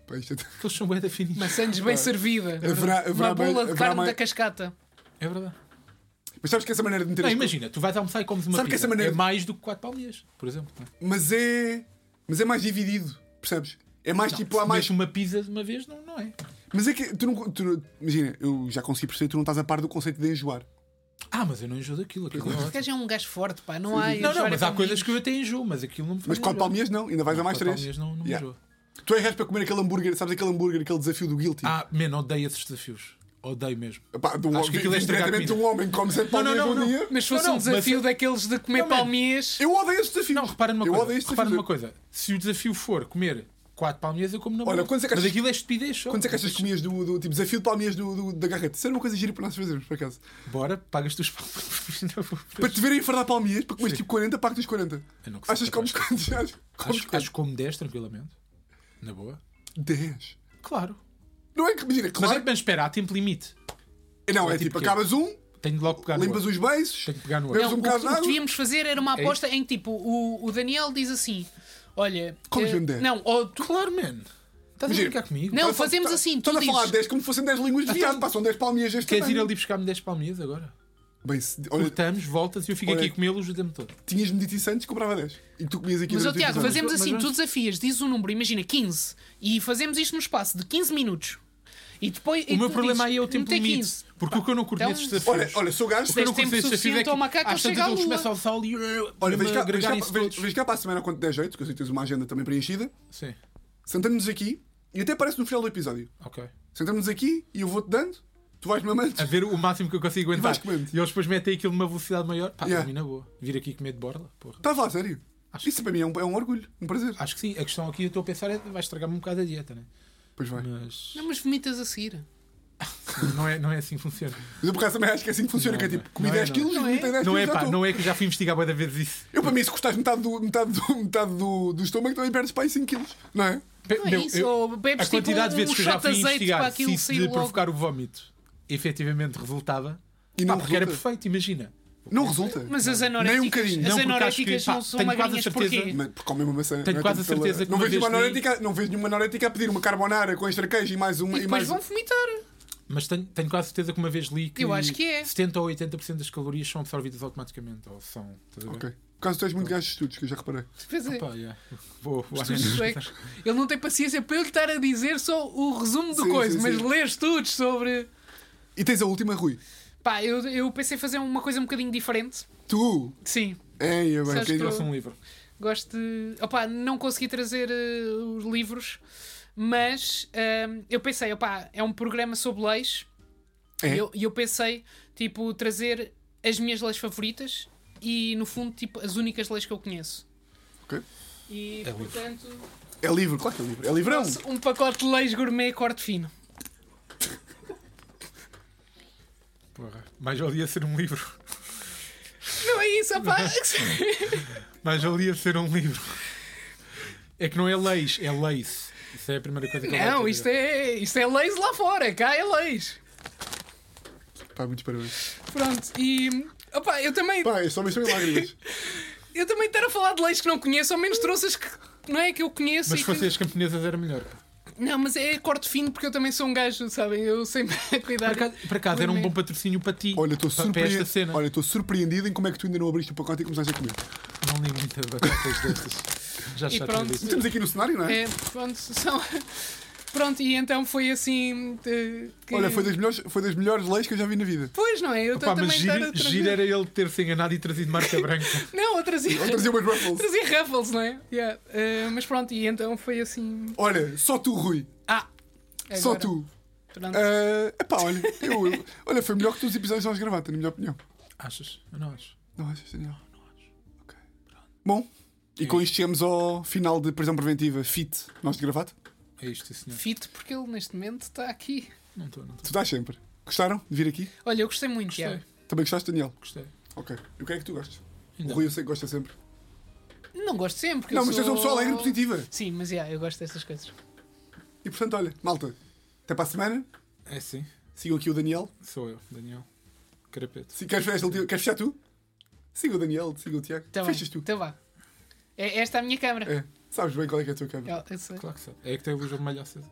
B: Pá, isto é-
A: Aqueles são bué da fininhos.
C: Maçãs bem servida.
B: Haverá- haverá
C: Uma bola
B: mais-
C: de
B: haverá
C: carne
B: mais-
C: da cascata.
A: É verdade.
B: Mas sabes que essa maneira de meter
A: Não,
B: as
A: imagina, tu vais almoçar e comes uma
B: Sabe que
A: pizza.
B: essa maneira-
A: É mais do que quatro palmias, por exemplo. não é?
B: coisas- Mas é. Mas é mais dividido, percebes? É mais tipo, há
A: Se
B: mais
A: comes uma pizza de uma vez, não, não é.
B: Mas é que tu não. tu não- imagina, eu já consigo perceber que tu não estás a par do conceito de enjoar.
A: Ah, mas eu não enjoo daquilo. aquilo é
C: O
A: ótimo.
C: gajo é um gajo forte, pá. Não há. é
A: não, não, mas há coisas que eu até enjoo, mas aquilo não me faz
B: Mas quatro
A: enjoar.
B: palmias não, ainda vais a mais
A: Quatro palmias
B: três.
A: é, não, não me
B: Yeah. é
A: enjoo.
B: Tu és gajo para comer aquele hambúrguer, sabes aquele hambúrguer, aquele desafio do Guilty.
A: Ah, man, Ah, odeio esses desafios. Odeio mesmo.
B: Epá, de um,
A: Acho que aquilo é estragar
B: diretamente de um
A: comida.
B: homem que come sempre
A: Não, não,
B: palmias
A: não,
B: num
A: não.
B: dia.
C: Mas se fosse
A: Não,
C: um
A: não,
C: desafio
A: mas-
C: daqueles de comer
A: Não, man.
C: palmias.
B: Eu odeio este desafio.
A: Não, repara numa
B: eu
A: coisa.
B: odeio este
A: Repara
B: desafio.
A: numa coisa. Se o desafio for comer 4 palmias, eu como na
B: Olha,
A: boa.
B: quantos é que
A: Mas
B: achas-
A: aquilo é estupidez. só.
B: Quanto é que achas que comias do, do tipo, desafio de palmias do, do- da garreta? Isso era uma coisa gira para nós fazermos, por acaso.
A: Bora, pagas-te os palmias.
B: Para te verem fardar palmias, para comeres tipo 40, pacto os 40.
A: Eu não consigo
B: Achas que comes quantos? Achas que comes
A: Acho, acho
B: quantos?
A: que como 10 tranquilamente. Na boa.
B: 10.
A: Claro.
B: Não é que, imagina,
A: Mas, é,
B: claro.
A: mas espera, há tempo limite.
B: que- Não, é
A: tipo
B: tipo,
A: quê?
B: acabas um,
A: Tenho de logo pegar no
B: limpas
A: outro.
B: os beiços.
A: Tenho que pegar no
B: Não.
A: outro.
C: Não,
B: um
C: o,
B: bocado
C: que-
B: de
C: o que
B: água.
C: devíamos fazer era uma
A: É.
C: aposta em que tipo, o, o Daniel diz assim: Olha.
B: Comes
C: eh,
B: mesmo dez.
C: Não, ou tu-
A: Oh, Claro, man. Estás a
B: Imagina.
A: brincar comigo?
C: Não,
B: Tá-
C: fazemos
B: tá-
C: assim, tu
B: Estás a falar
C: dizes.
B: 10 como se fossem 10 línguas de viado,
A: Então-
B: pá, são 10 palmias deste
A: Queres ir
B: tamanho.
A: ali buscar-me 10 palmias agora?
B: Bem, se- olha,
A: Cortamos, voltas e eu fico
B: Olha.
A: aqui a comê-los o tempo todo.
B: tinhas-me dito isso antes, comprava 10. E tu comias aqui
C: Mas, ó,
B: durante
C: Tiago,
B: oito anos.
C: fazemos
A: Mas-
C: assim:
A: mas-
C: tu desafias, dizes um número, imagina 15, e fazemos isto no espaço de 15 minutos. E depois.
A: O meu problema aí é o tempo limite.
C: 15.
A: Porque o que eu não curto
C: então-
A: nesses desafios.
B: Olha, olha, sou gajo.
A: o que eu não
C: tens tempo
A: curto nesses desafios
C: suficiente
A: é que
C: ao macaco
A: às
C: chegar
A: tantas
C: à
A: eles
C: lua.
A: começam ao sol e.
B: Olha, vês cá, vês cá,
A: agregarem-se
B: vês,
A: uh, todos.
B: vês cá para a semana quando der jeito, que eu sei que tens uma agenda também preenchida.
A: Sim,
B: Sentamos-nos aqui e até parece no final do episódio.
A: ok.
B: Sentamos-nos aqui e eu vou-te dando, tu vais-me amando.
A: a ver o máximo que eu consigo aguentar.
B: vais comendo.
A: E eles depois metem aquilo numa velocidade maior. Pá,
B: Yeah.
A: para mim na boa. Vir aqui comer de borla, porra.
B: Estás a falar Tá, sério?
A: Acho- Ah,
B: Isso para mim é um, é um orgulho, um prazer.
A: Acho que sim. A questão aqui eu estou a pensar é vai estragar-me um bocado a dieta, né?
B: Pois vai.
A: Mas
C: Não, mas vomitas a seguir.
A: não é, não é assim que funciona.
B: Mas eu por acaso também acho que é assim que funciona, que é
A: Não,
B: tipo,
A: não.
B: comi
A: Não é,
B: 10
A: não.
B: quilos,
C: Não é?
B: vomitei 10
A: Não é,
B: quilos, assim já
A: pá,
B: estou.
A: não é que eu já fui investigar boa da vezes isso.
B: Eu para mim, se cortares metade do, metade do, metade do, do estômago, também perdes para aí 5 quilos, não é?
A: Pe-
C: Não é
A: meu,
C: isso,
A: eu-
C: ou bebes
A: a quantidade de
C: tipo
A: vezes
C: um,
A: que eu já
C: shot de
A: fui
C: azeite para
A: investigar se
C: aquilo
A: isso
C: sair
A: de
C: logo.
A: provocar o vómito efetivamente resultava,
B: E
A: pá,
B: não
A: porque era
B: resulta.
A: perfeito, imagina.
B: Não resulta.
C: Mas as
B: Nem um
C: anoréticas,
B: bocadinho.
C: as
A: Não, porque acho
C: anoréticas
A: que, pá,
C: não são
A: tenho quase a
C: magrinhas
A: certeza-
C: porquê?
B: Mas porque come uma maçã.
A: Tenho
B: não é?
A: quase
B: Tipo,
A: a certeza
B: pela-
A: que
B: não
A: uma
B: vejo nenhuma
A: vez li-
B: anorética, não vejo nenhuma anorética a pedir uma carbonara com extra queijo e mais uma
C: E
B: e
C: depois
B: mais um.
C: vão vomitar.
A: Mas tenho, tenho quase certeza que uma vez li que,
C: Eu acho que é.
A: 70 ou 80% das calorias são absorvidas automaticamente. Ou são. Estás a ver?
B: Ok. Por causa tu és muito gajo de estudos, que eu já reparei.
C: Pois é.
A: Pá, yeah. Vou, vou
C: Estudos suecos. Ele não tem paciência para eu lhe estar a dizer só o resumo do
B: Sim,
C: coisa,
B: sim,
C: mas
B: sim.
C: ler estudos sobre.
B: E tens a última, Rui.
C: Pá, eu, eu pensei em fazer uma coisa um bocadinho diferente.
B: Tu!
C: Sim,
B: Ei, eu bem,
C: Sabes
B: quem é
C: que eu-
A: Trouxe um livro.
C: gosto de. Opá, não consegui trazer eh, os livros, mas ahm, eu pensei, opá, é um programa sobre leis
B: É?
C: e eu, e eu pensei, tipo, trazer as minhas leis favoritas e, no fundo, tipo, as únicas leis que eu conheço.
B: Ok.
C: E,
A: É livre.
C: portanto,
B: É livre, claro que é livre. É livrão!
C: trouxe um pacote de leis gourmet corte fino.
A: Porra. Mais valia ser um livro.
C: Não é isso, opá!
A: Mais valia ser um livro. É que não é leis, é leis. Isso é a primeira coisa que eu
C: não, isto é, isto é leis lá fora, cá é leis.
B: Pá, muitos parabéns.
C: Pronto, e. Opá, eu também,
B: Pá, eu só me em lágrimas.
C: eu também estar a falar de leis que não conheço, ao menos trouxe as que. Não é que eu conheço
A: Mas
C: e
A: se
C: que-
A: fossem as camponesas era melhor.
C: Não, mas é corte fino porque eu também sou um gajo, sabem? Eu sempre a
A: Por
C: cuidar.
A: acaso, por acaso era um bom patrocínio para ti.
B: Olha, estou
A: pa- para, esta
B: surpreendido.
A: cena.
B: Olha, estou surpreendido em como é que tu ainda não abriste o pacote e começaste a comer.
A: Não li muita batatas destas. Já
C: E
A: chato
C: pronto.
A: disso.
B: Estamos aqui no cenário, não é?
C: É, pronto, são. Pronto, e então foi assim. de- que-
B: Olha, foi das, melhores, foi das melhores leis que eu já vi na vida.
C: Pois, não é? Eu
A: Pá,
C: também
A: mas
C: estar a
A: giro,
C: trazer.
A: giro era ele ter-se enganado e trazido marca branca.
C: Não, eu trazia.
B: Ou trazia um- umas ruffles.
C: Trazia Ruffles, não é? Yeah. eh, mas pronto, e então foi assim.
B: Olha, só tu, Rui.
C: Ah! agora.
B: Só tu.
C: Pronto.
B: Ah, epá, olha, eu, eu- olha, foi melhor que todos os episódios que nós gravados, na minha opinião.
A: Achas? Eu não acho.
B: Não achas, Daniel? Não acho. Ok. Bom, e com isto chegamos ao final de prisão preventiva fit, nós de gravata.
A: É isto, sim, senhor.
C: Fito, porque ele neste momento está aqui.
A: Não estou, não estou.
B: Tu estás sempre. Gostaram de vir aqui?
C: Olha, eu gostei muito, Tiago.
A: Gostei,
B: Também gostaste, Daniel?
A: gostei.
B: Ok. E o que é que tu gostas?
A: Ainda.
B: O Rui eu sei que gosta sempre.
C: Não gosto sempre. porque
B: não,
C: eu
B: mas
C: sou...
B: tens uma pessoa alegre e positiva.
C: Sim, mas yeah, eu gosto dessas coisas.
B: E portanto, olha, malta, até para a semana.
A: É sim,
B: Sigam aqui o Daniel.
A: sou eu, Daniel. Carapeto.
B: Se queres fechar, esta última- queres fechar tu? Siga o Daniel, siga o Tiago.
C: Então,
B: Fechas tu.
C: Então vá. É, esta é a minha câmara.
B: É. Sabes bem qual é que é a tua câmera.
C: Eu- eu sei.
A: Claro que sabe. É que tem a luz vermelha acesa.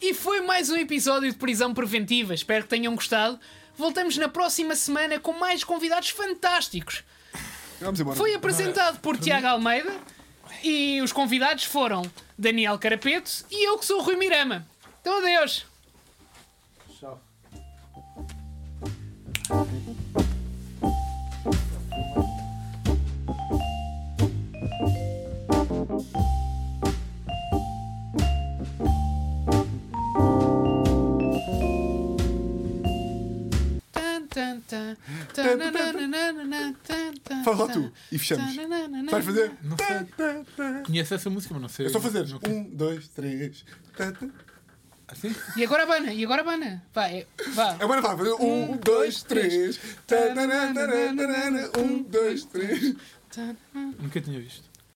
C: E foi mais um episódio de Prisão Preventiva. Espero que tenham gostado. Voltamos na próxima semana com mais convidados fantásticos.
B: Vamos embora.
C: Foi apresentado por Tiago Almeida e os convidados foram Daniel Carapeto e eu que sou o Rui Mirama. Então adeus!
A: Tchau.
C: tan, tan, tan, na, na, na, na, na, na, tan, tan,
B: Faz lá
C: tan,
B: tu e fechamos.
C: tan, na, na, na, na,
B: Vais fazer?
A: Não sei.
B: Tá, tá, tá.
A: Conheço essa música, mas não sei.
B: É só fazer.
A: Não-
B: Um, dois, três. Tá, tá.
A: Assim?
C: E agora abana, e agora abana. Vá, é, vá.
B: Agora vai fazer. Um, dois, três. Tá, tá, tá, tá, tá, tá, tá. Um, dois, três.
C: Tan,
A: Nunca tinha visto.